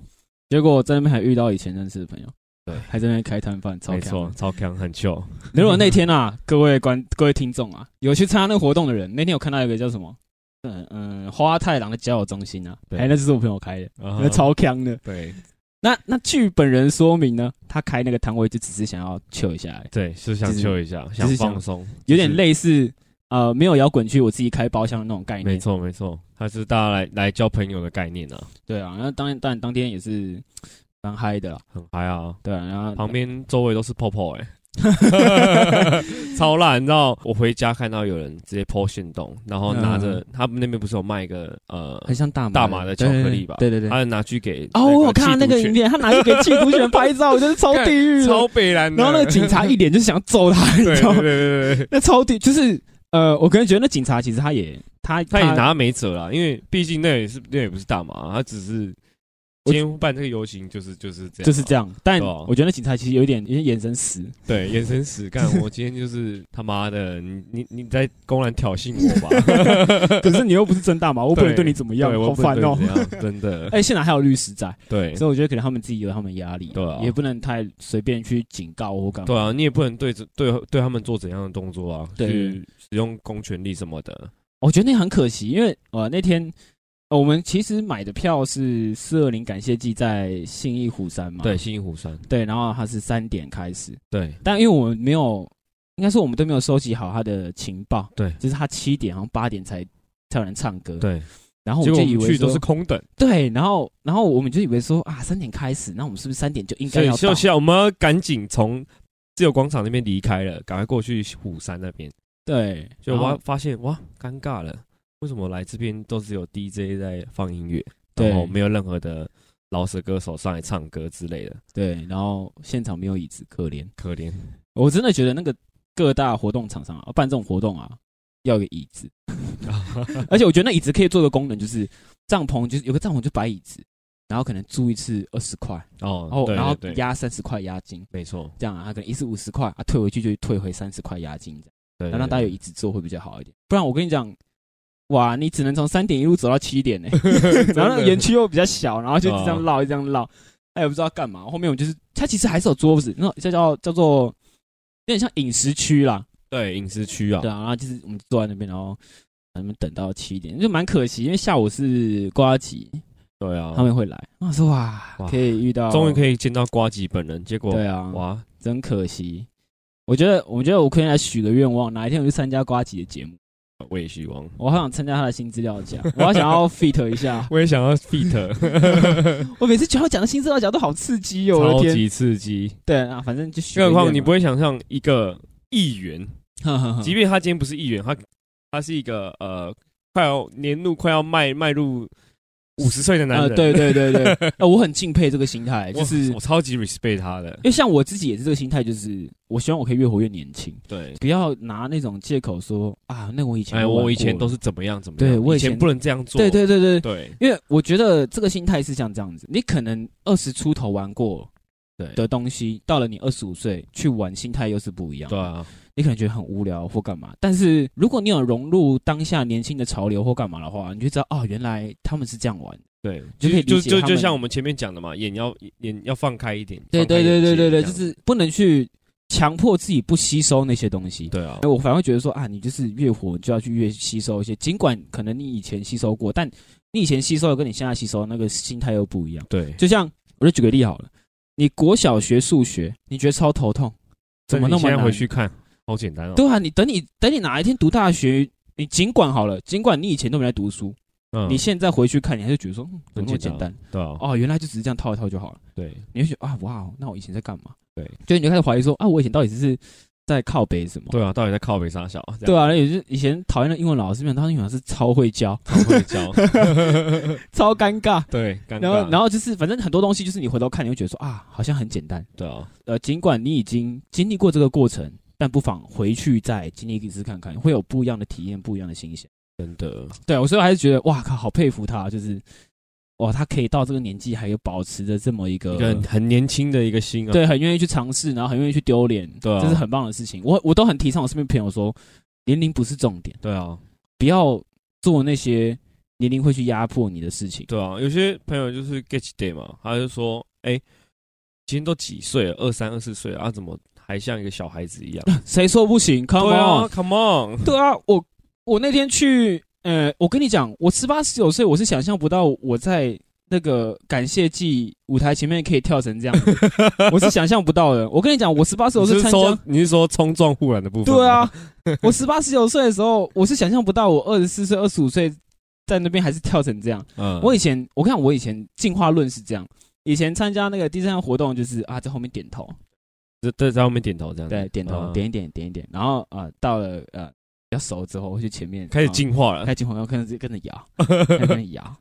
S2: 结果我在那边还遇到以前认识的朋友，
S3: 对
S2: 还在那边开摊贩，超
S3: 没
S2: 强
S3: 错，超强，很秀。
S2: 如果那天啊， (laughs) 各位观各位听众啊，有去参加那个活动的人，那天有看到一个叫什么，嗯嗯，花太郎的交友中心啊，
S3: 对
S2: 哎、那就是我朋友开的，
S3: 啊
S2: 那超强的。
S3: 对
S2: 那那据本人说明呢，他开那个摊位就只是想要 chill 一下、哎
S3: 对，是想
S2: 就是
S3: 秀一下，
S2: 就是想
S3: 放松，
S2: 有点
S3: 就是
S2: 类似呃没有摇滚区我自己开包厢的那种概念。
S3: 没，错没错，它是大家来来交朋友的概念啊，
S2: 对啊，那当然当然当天也是蛮嗨的啦，
S3: 很嗨啊。
S2: 对啊，然后
S3: 旁边周围都是泡泡、欸， (laughs) 超烂！你知道，我回家看到有人直接抛现洞，然后拿着、他们那边不是有卖一个呃，
S2: 嗯很像大麻
S3: 大麻的巧克力吧
S2: 对对对。对
S3: 他拿去给
S2: 哦，我有看到那个
S3: 缉毒
S2: 影
S3: 犬，
S2: 片，他拿去给缉毒
S3: (laughs)
S2: 犬拍照，我觉得超地狱的，
S3: 超北蓝
S2: (laughs)
S3: 的，
S2: 然后那个警察一脸就是想揍他，你
S3: (laughs) 对
S2: 知
S3: 对
S2: 道吗？
S3: 对对对，
S2: 那超地就是呃，我个人觉得那警察其实他也他
S3: 他也拿没辙啦，因为毕竟那也是那也不是大麻，啊他只是
S2: 我
S3: 今天办这个游行就是就是这样，
S2: 就是这样，但
S3: 对啊
S2: 我觉得那警察其实有一点有点眼神死，
S3: 对，眼神
S2: (laughs)
S3: 死干。我今天就是他妈的，你你你在公然挑衅我吧？
S2: (laughs) 可
S3: (laughs)
S2: 是你又不是真大麻，我不能对你怎么样，
S3: 对，
S2: 好
S3: 我不
S2: 烦
S3: 能
S2: 哦
S3: 对。你怎样，
S2: (laughs)
S3: 真的。
S2: 哎，现场还有律师在，
S3: 对
S2: 所以我觉得可能他们自己有他们压力，
S3: 对啊
S2: 也不能太随便去警告或干嘛。
S3: 对啊，你也不能对着对对他们做怎样的动作啊，
S2: 对
S3: 去使用公权力什么的。
S2: 我觉得那很可惜，因为呃那天。呃我们其实买的票是四二零感谢祭在信义湖山嘛，
S3: 对，新义湖山，
S2: 对，然后它是三点开始，
S3: 对
S2: 但因为我们没有，应该说我们都没有收集好他的情报，
S3: 对
S2: 就是他七点好像八点才才有人唱歌，，
S3: 对，
S2: 然嗯后我
S3: 结
S2: 们
S3: 果
S2: 就
S3: 我
S2: 以
S3: 们
S2: 为
S3: 去都
S2: 说
S3: 是空等，
S2: 对，然后然后我们就以为说啊三点开始，那我们是不是三点就应
S3: 所
S2: 该
S3: 以
S2: 要
S3: 就
S2: 到？
S3: 像我们要赶紧从自由广场那边离开了，赶快过去虎山那边。
S2: 对，
S3: 就
S2: 然后
S3: 我发现哇，尴尬了，为什么来这边都只有 DJ 在放音乐，
S2: 对
S3: 然后没有任何的饶舌歌手上来唱歌之类的，
S2: 对，然后现场没有椅子，可怜。
S3: 可怜。
S2: 我真的觉得那个各大活动厂商啊办这种活动啊，要有个椅
S3: (laughs)
S2: 子，而且我觉得那椅子可以做个功能，就是帐篷，就是有个帐篷就摆椅子，然后可能租一次二十块，
S3: 哦
S2: 然后
S3: 对
S2: 然后
S3: 对对
S2: 压三十块押金。
S3: 没错，
S2: 这样啊，他可能一次五十块啊，退回去就退回三十块押金，这样，
S3: 对，
S2: 然后让大家有
S3: 对
S2: 椅子坐会比较好一点。不然我跟你讲，哇，你只能从三点一路走到七
S3: (laughs)
S2: 点呢、然后那个园区又比较小，然后就这
S3: 哦
S2: 样绕，这样绕，哎，我不知道干嘛。后面我就是，它其实还是有桌子，那叫叫叫做有点像饮食区啦，
S3: 对饮食区啊
S2: 对，啊，然后就是我们坐在那边，然后他们等到七点，就蛮可惜，因为下午是瓜吉
S3: 对啊，
S2: 他们会来，我说哇，
S3: 哇
S2: 可以遇到，
S3: 终于
S2: 以，
S3: 可以见到瓜吉本人，结果
S2: 对啊，
S3: 哇，
S2: 真可惜。我觉得，我觉得我可以来许个愿望，哪一天我去参加瓜吉的节目，
S3: 我也希望，
S2: 我好想参加他的新资料 (laughs) 夹，我好想要 fit 一下。
S3: 我也想要 (laughs) fit，
S2: (laughs) 我每次觉得我讲的新资料夹都好刺激哦，我的
S3: 超
S2: 天！
S3: 级刺激。
S2: 对啊，反正就许个
S3: 更何况
S2: 愿
S3: 你
S2: 嘛
S3: 不，会想象一个议员，
S2: (laughs) 呵呵呵
S3: 即便他今天不是议员，他他是一个呃，快要年入快要迈迈入五十岁的男
S2: 呃，
S3: 人，
S2: 对对对对， (laughs) 呃，我很敬佩这个心态，
S3: 我，
S2: 就是
S3: 我超级 respect 他的
S2: 因，为像我自己也是这个心态，就是我希望我可以越活越年轻，
S3: 对。
S2: 不要拿那种借口说啊，那哎我以前
S3: 哎，我以前
S2: 玩过
S3: 都
S2: 了
S3: 是怎么样怎么样，
S2: 对我以
S3: 以
S2: 前
S3: 前不能这样做，
S2: 对对对对，
S3: 对
S2: 因为我觉得这个心态是像这样子，你可能二十出头玩过
S3: 对
S2: 的东西，到了你二十五岁去玩，心态又是不一样。
S3: 对，啊，
S2: 你可能觉得很无聊或干嘛，但是如果你有融入当下年轻的潮流或干嘛的话，你就知道哦，原来他们是这样玩。
S3: 对，
S2: 就可以理
S3: 就
S2: 解
S3: 就
S2: 他
S3: 就
S2: 们
S3: 像我们前面讲的嘛，眼要眼要放开一点，
S2: 对
S3: 放开
S2: 对对
S3: 眼
S2: 对
S3: 界
S2: 对对，
S3: 这
S2: 就
S3: 样
S2: 是不能去强迫自己不吸收那些东西。
S3: 对啊，
S2: 我反而会觉得说啊，你就是越活就要去越吸收一些，尽管可能你以前吸收过，但你以前吸收的跟你现在吸收的那个心态又不一样。
S3: 对，
S2: 就像我就举个例好了，你国小学数学，你觉得超头痛，怎么那
S3: 但你
S2: 么
S3: 现
S2: 难？
S3: 在回去看，好简单哦。
S2: 对啊，你等你等你哪一天读大学，你尽管好了，尽管你以前都没来读书，
S3: 嗯
S2: 你现在回去看，你还是觉得说，嗯，怎么那么简
S3: 很简
S2: 单
S3: 单？对啊，
S2: 哦，原来就只是这样套一套就好了。
S3: 对
S2: 哦你会觉得啊，哇，那我以前在干嘛？
S3: 对，
S2: 就你就开始怀疑说啊，我以前到底是在靠北什么？
S3: 对啊，到底在靠北啥小？
S2: 对啊，也是以前讨厌的英文老师，没想到他英文老师超会教， (laughs)
S3: 这样，会教，
S2: 超尴尬。
S3: 对，尴尬
S2: 然后，然后就是，反正很多东西就是你回头看，你会觉得说啊，好像很简单。
S3: 对啊，
S2: 呃，尽管你已经经历过这个过程，但不妨回去再经历一次看看，会有不一样的体验，不一样的新鲜。
S3: 真的，
S2: 对，我所以我还是觉得，哇靠，好佩服他，就是哇，他可以到这个年纪，还有保持着这么一个
S3: 一个很年轻的一个心啊，
S2: 对，很愿意去尝试，然后很愿意去丢脸，
S3: 对啊
S2: 这是很棒的事情。我我都很提倡我身边朋友说，年龄不是重点，
S3: 对啊，
S2: 不要做那些年龄会去压迫你的事情。 (laughs)
S3: 对啊，有些朋友就是 get day 嘛，他就说，哎、今天都几岁了，二三、二四岁了，啊，怎么还像一个小孩
S2: (laughs)
S3: 子一样？
S2: 谁说不行？Come
S3: 对
S2: on，
S3: 啊，Come on，
S2: 对啊，我我那天去，呃，我跟你讲，我十八十九岁，我是想象不到我在那个感谢祭舞台前面可以跳成这样子，我是想象不到的。我跟你讲，我十八十九
S3: 你
S2: 岁
S3: 是
S2: 参
S3: 说
S2: 加。
S3: 你是说冲撞护栏的部分？
S2: 对啊，，我十八十九岁的时候，我是想象不到我二十四岁、二十五岁在那边还是跳成这样。
S3: 嗯，
S2: 我以前，我看我以前进化论是这样，以前参加那个第三项活动就是啊，在后面点头，
S3: 在在在后面点头这样子，
S2: 对，点头，
S3: 嗯
S2: 点一点，点一点，然后啊、到了呃比较熟之后，会去前面啊
S3: 开始
S2: 进。
S3: 进化了，
S2: 开进红，跟着跟着
S3: (laughs)
S2: 摇，跟着摇，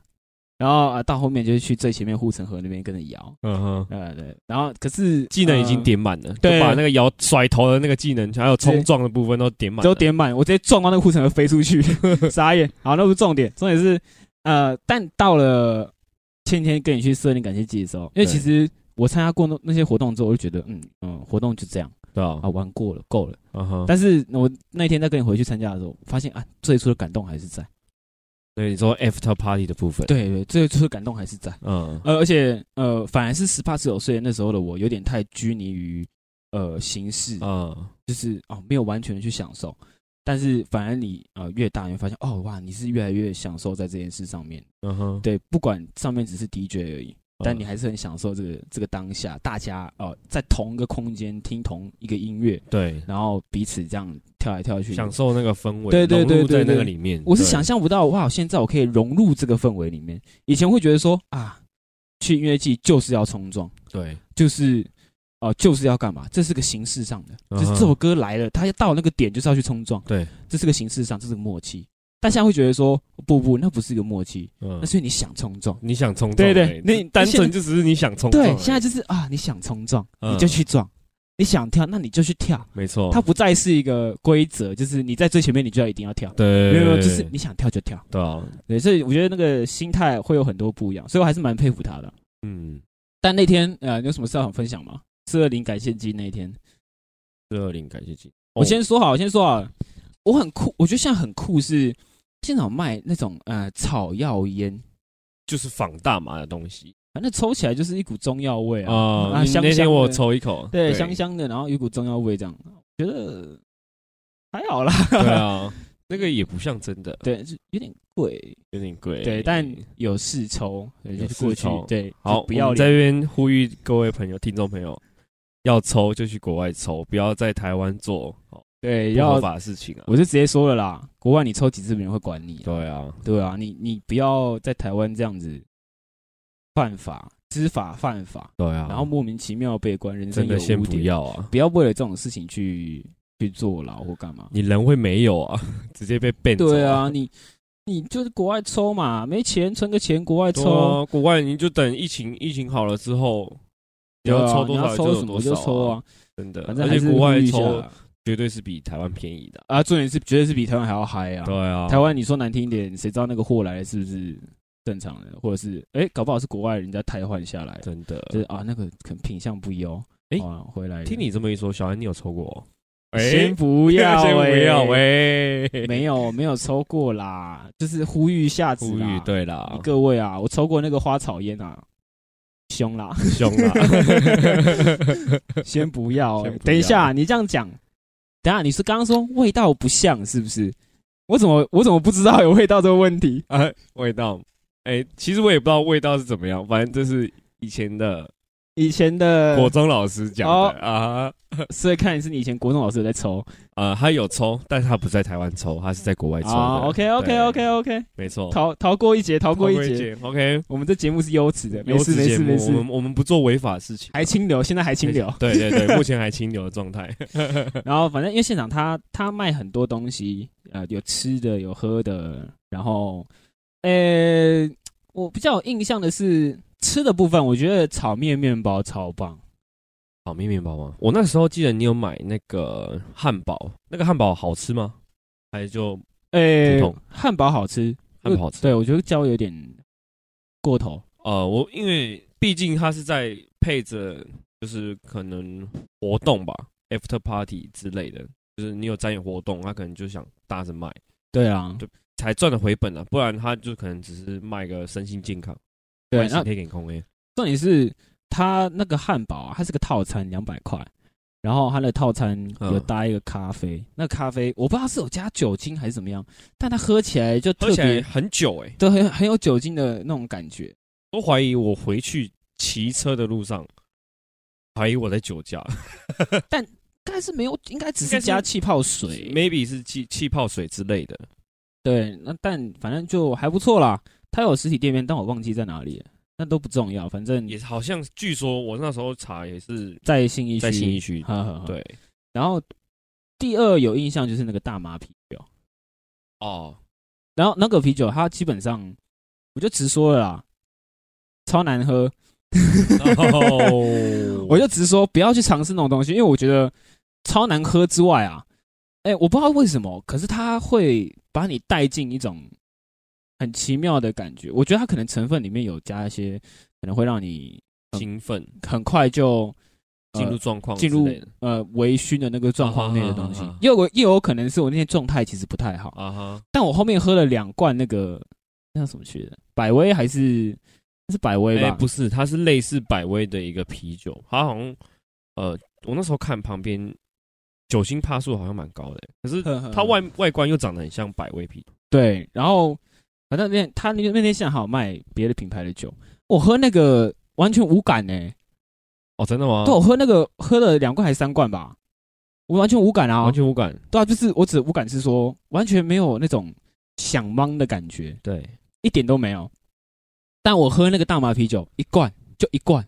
S2: 然后啊到后面就是去最前面护城河那边跟着摇，
S3: 嗯哼。
S2: 呃对，然后可是
S3: 技能已经
S2: 呃
S3: 点满了，就
S2: 对
S3: 把那个摇甩头的那个技能，还有冲撞的部分都点满了。
S2: 都点满，我直接撞到那个护城河飞出
S3: (laughs)
S2: 去，傻眼。好，那不是重点，重点是呃，但到了天天跟你去设定感谢祭的时候，因为
S3: 对
S2: 其实我参加过那那些活动之后，我就觉得嗯嗯，活动就这样
S3: 对啊
S2: 啊，，玩过了，够了。
S3: 嗯哼。
S2: 但是我那天再跟你回去参加的时候，发现啊，最初的感动还是在，
S3: 对你说 after party 的部分，，
S2: 对对，最初的感动还是在。
S3: 嗯，
S2: 呃，而且呃，反而是十八十九岁那时候的我，有点太拘泥于呃形式，
S3: 嗯，
S2: 就是哦没有完全的去享受。但是反而你呃越大，你会发现哦哇，你是越来越享受在这件事上面。
S3: 嗯哼，
S2: 对，不管上面只是 DJ 而已，
S3: 嗯，
S2: 但你还是很享受这个这个当下，大家呃在同一个空间听同一个音乐，
S3: 嗯对
S2: 然后彼此这样跳来跳去。
S3: 享受那个氛围，
S2: 嗯对对对
S3: 融入在
S2: 对对
S3: 那个里面。
S2: 我是
S3: 对
S2: 想象不到哇，现在我可以融入这个氛围里面。以前会觉得说啊，去音乐季就是要冲撞。
S3: 对，
S2: 就是哦、呃就是要干嘛？这是个形式上的，
S3: 嗯
S2: 就是这首歌来了，它到那个点就是要去冲撞，
S3: 对，
S2: 这是个形式上，这是个默契。但现在会觉得说，不不，那不是一个默契，
S3: 嗯
S2: 那，是因为你想冲撞。
S3: 你想冲撞，
S2: 对对
S3: 哎
S2: 那
S3: 就单纯就只是你想冲撞而已，
S2: 对，现在就是啊，你想冲撞，
S3: 嗯哦
S2: 你就去撞；你想跳，那你就去跳。
S3: 没错，
S2: 它不再是一个规则，就是你在最前面，你就要一定要跳。
S3: 对，
S2: 没有没有，就是你想跳就跳。
S3: 对啊，
S2: 对，所以我觉得那个心态会有很多不一样，所以我还是蛮佩服他的。
S3: 嗯，
S2: 但那天呃，你有什么事要想分享吗？四二零感谢祭那一天，
S3: 四二零感谢祭，
S2: 我先说好，我先说好，我很酷，我觉得现在很酷是现场卖那种呃草药烟，
S3: 就是仿大麻的东西
S2: 反正抽起来就是一股中药味啊，
S3: 啊，
S2: 啊
S3: 你
S2: 香
S3: 那天
S2: 香
S3: 我
S2: 的
S3: 抽一口，
S2: 对，香，香的，然后有股中药味这样，觉得还好啦，
S3: 对啊， (laughs) 那个也不像真
S2: (laughs)
S3: 的，
S2: 对，就有点贵，
S3: 有点贵，
S2: 对，但有试抽，对，
S3: 有
S2: 就是过
S3: 试
S2: 去
S3: 抽，
S2: 对，
S3: 好，
S2: 就不要
S3: 我们在
S2: 脸，
S3: 这边呼吁各位朋友、听众朋友，要抽就去国外抽，不要在台湾做哦
S2: 对，
S3: 不合
S2: 要，
S3: 法的事情啊。
S2: 我就直接说了啦，国外你抽几次没人会管你啊，
S3: 对啊，
S2: 对啊，你你不要在台湾这样子犯法，知法犯法。
S3: 对啊，
S2: 然后莫名其妙被关，人生
S3: 真的
S2: 有
S3: 先
S2: 污
S3: 不
S2: 点，
S3: 要啊，
S2: 不要为了这种事情去去坐牢或干嘛。
S3: 你人会没有啊， (laughs) 直接被 ban 走
S2: 对啊，，你你就是国外抽嘛，没钱存个钱国外
S3: 对
S2: 抽，
S3: 啊，国外你就等疫情疫情好了之后，你
S2: 对
S3: 要
S2: 啊
S3: 抽多
S2: 你
S3: 少
S2: 要
S3: 就
S2: 抽
S3: 有
S2: 什么
S3: 多
S2: 就
S3: 少
S2: 抽，啊，
S3: 真的，
S2: 反正
S3: 而
S2: 还
S3: 且
S2: 是
S3: 国外
S2: 呼吁一下
S3: 抽
S2: 啦
S3: 绝对是比台湾便宜的啊，
S2: 啊，重点是绝对是比台湾还要嗨啊。
S3: 对啊，
S2: 台湾你说难听一点，谁知道那个货来的是不是正常的，或者是哎、搞不好是国外人家汰换下来的，
S3: 真的，
S2: 就是啊那个可能品相不一哦。
S3: 哎
S2: 啊回来的
S3: 听你这么一说，小安你有抽过哦？
S2: 先不要、
S3: (laughs) 先不要
S2: 哎
S3: 喂，
S2: 没有没有抽过啦，就是呼吁一下子
S3: 呼
S2: 啦
S3: 吁对啦，
S2: 各位啊，我抽过那个花草烟啊，凶啦，
S3: 凶啊 (laughs) 啦，
S2: 先不要、欸
S3: 先不要
S2: 等一下，你这样讲，等一下你是刚刚说味道不像是不是？我怎么我怎么不知道有味道这个问题？
S3: 啊，味道，哎、其实我也不知道味道是怎么样，反正这是以前的
S2: 以前的
S3: 国中老师讲
S2: 嗯哦
S3: 的啊，
S2: 所以看你是你以前国中老师有在抽
S3: 呃，他有抽，但是他不在台湾抽，他是在国外抽的。
S2: 啊，OK OK
S3: 对
S2: OK OK，
S3: 没错，
S2: 逃逃过一劫，逃过一劫。
S3: 节，OK，
S2: 我们这节目是优质的，没
S3: 优
S2: 事
S3: 质
S2: 没
S3: 节
S2: 事
S3: 目
S2: 没
S3: 我
S2: 事，
S3: 们我们不做违法的事情，
S2: 还清流，现在还清流。
S3: 对对对，目前
S2: (laughs)
S3: 还清流的状态。
S2: 然后反正因为现场他他卖很多东西，呃，有吃的，有喝的，然后，呃，我比较有印象的是吃的部分，我觉得炒面面包超棒，
S3: 草莓面包吗？我那时候记得你有买那个汉堡，那个汉堡好吃吗？还是就
S2: 呃
S3: 普通，
S2: 汉堡好吃，
S3: 汉堡好吃？
S2: 对我觉得焦有点过头，
S3: 呃，我因为毕竟它是在配着，就是可能活动吧，after party 之类的，就是你有参与活动，他可能就想搭着卖，
S2: 对啊，
S3: 对才赚了回本啊，不然他就可能只是卖个身心健康，
S2: 对，
S3: 那
S2: 那
S3: 可以给空 A，
S2: 重点是它那个汉堡啊，它是个套餐，两百块。然后它的套餐
S3: 嗯
S2: 有搭一个咖啡，那咖啡我不知道是有加酒精还是怎么样，但它喝起来就特
S3: 喝起来
S2: 别
S3: 很久哎、
S2: 都很很有酒精的那种感觉。
S3: 都怀疑我回去骑车的路上，怀疑我在酒驾
S2: 应该是没有，应该只
S3: 应
S2: 是
S3: 该是
S2: 加气泡水。
S3: (laughs) ，maybe 是气气泡水之类的。
S2: 对，那但反正就还不错啦。它有实体店面，但我忘记在哪里了，那都不重要。反正
S3: 也好像据说我那时候查也是
S2: 在信义区，
S3: 在信义区，
S2: 呵呵呵。
S3: 对
S2: 然后第二有印象就是那个大麻啤酒，
S3: 哦，
S2: 然后那个啤酒它基本上我就直说了啦，超难喝。
S3: (laughs) 哦
S2: 我就直说不要去尝试那种东西，因为我觉得超难喝之外啊，哎、我不知道为什么，可是它会把你带进一种很奇妙的感觉。我觉得它可能成分里面有加一些，可能会让你
S3: (laughs) 兴奋
S2: 很快就呃
S3: 进入状况之
S2: 进入
S3: 类的
S2: 呃微醺的那个状况内的东西
S3: 啊啊啊啊啊，
S2: 又有也有可能是我那天状态其实不太好，
S3: 啊哈，
S2: 但我后面喝了两罐那个那叫什么去的，百威还是是百威
S3: 哎
S2: 吧？
S3: 不是，它是类似百威的一个啤酒，它好像呃，我那时候看旁边酒精帕数好像蛮高的，可是
S2: 呵呵
S3: 它外外观又长得很像百威啤酒，
S2: 对，然后反正那天他那那天现在还有卖别的品牌的酒，我喝那个完全无感呢、
S3: 哦，真的吗？
S2: 对我喝那个喝了两罐还是三罐吧，我完全无感啊
S3: 完，全无感，
S2: 对啊，就是我只无感是说完全没有那种想懵的感觉，
S3: 对，
S2: 一点都没有。但我喝那个大麻啤酒一罐就一罐，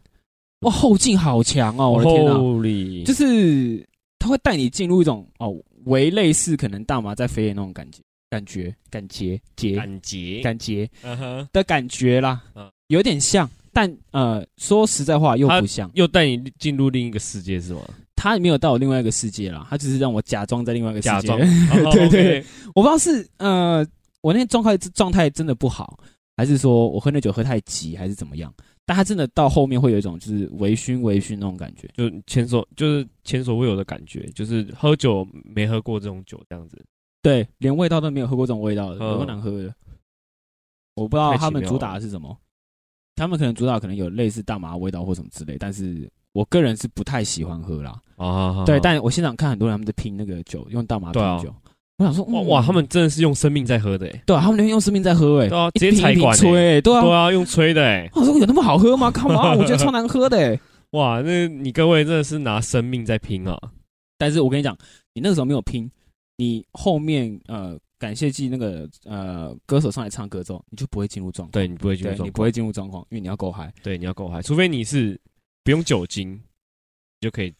S2: 哇，后劲好强哦，我的天啊，
S3: Holy
S2: 就是它会带你进入一种哦，为类似可能大麻在飞的那种感觉，感觉感觉节
S3: 感觉，
S2: 感觉。
S3: 嗯哼，
S2: 的感觉啦
S3: 嗯，
S2: 有点像，但呃，说实在话又不像。
S3: 又带你进入另一个世界是吗？
S2: 它没有到我另外一个世界啦，它只是让我假装在另外一个世界。
S3: 假装，哦
S2: 对
S3: (laughs) 对
S2: 对， (laughs) 我不知道是呃，我那天状态状态真的不好，还是说我喝那酒喝太急，还是怎么样？但它真的到后面会有一种就是微醺微醺那种感觉。
S3: 就前所就是前所未有的感觉，就是喝酒没喝过这种酒这样子，
S2: 对，连味道都没有喝过这种味道的，
S3: 嗯
S2: 有多难喝的？我不知道
S3: 太奇
S2: 他们
S3: 妙
S2: 主打的是什么，他们可能主打可能有类似大麻味道或什么之类，但是我个人是不太喜欢喝啦。
S3: 啊
S2: 对，但我现场看很多人他们在拼那个酒，用大麻拼
S3: 对啊
S2: 酒。我想说，
S3: 哇
S2: 嗯
S3: 哇，他们真的是用生命在喝的、欸，
S2: 对啊，他们那边用生命在喝，哎，
S3: 对啊
S2: 一
S3: 直接
S2: 瓶
S3: 采
S2: 一瓶
S3: 管欸
S2: 吹，哎对啊
S3: 对。啊，用吹的、欸，
S2: 我说有那么好喝吗？干嘛？我觉得超难喝的，
S3: (laughs)
S2: 哎。
S3: 哇，那你各位真的是拿生命在拼啊，
S2: 但是我跟你讲，你那个时候没有拼，你后面呃感谢祭那个呃歌手上来唱歌之后，你就不会进入状况，
S3: 对你不会去
S2: 对，你不会进入状况，因为你要够嗨，
S3: 对你要够嗨，除非你是不用酒精，你就可以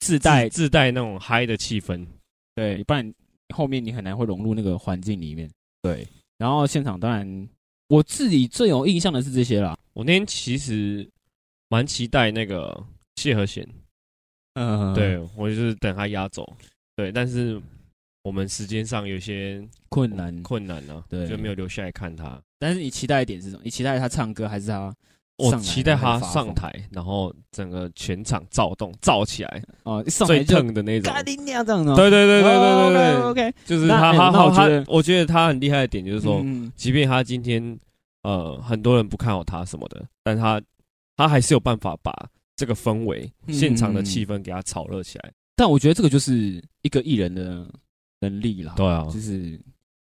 S2: 自带
S3: 自自带那种嗨的气氛，
S2: 对，不然后面你很难会融入那个环境里面。
S3: 对。
S2: 然后现场当然，我自己最有印象的是这些啦。
S3: 我那天其实蛮期待那个谢和弦，
S2: 嗯，
S3: 对我就是等他压走，对，但是我们时间上有些
S2: 困难
S3: 困难呢、啊，
S2: 对
S3: 就没有留下来看他。
S2: 但是你期待的点是什么？你期待他唱歌还是他
S3: 我
S2: 上来
S3: 期待
S2: 然后
S3: 他
S2: 发
S3: 上
S2: 疯
S3: 台，然后整个全场躁动，燥起来，
S2: 哦，一上来
S3: 最
S2: 就
S3: 疼的那种
S2: 嘎。叮那这样哦的？
S3: 对对对对对对对，
S2: ，OK，
S3: 就是
S2: 那
S3: 他
S2: 哎
S3: 他
S2: 那我
S3: 他
S2: 觉得
S3: 他，我觉得他很厉害的点就是说，
S2: 嗯，
S3: 即便他今天呃很多人不看好他什么的，但他他还是有办法把这个氛围、
S2: 嗯
S3: 现场的气氛给他炒热起来。
S2: 但我觉得这个就是一个艺人的能力啦。
S3: 对啊，
S2: 就是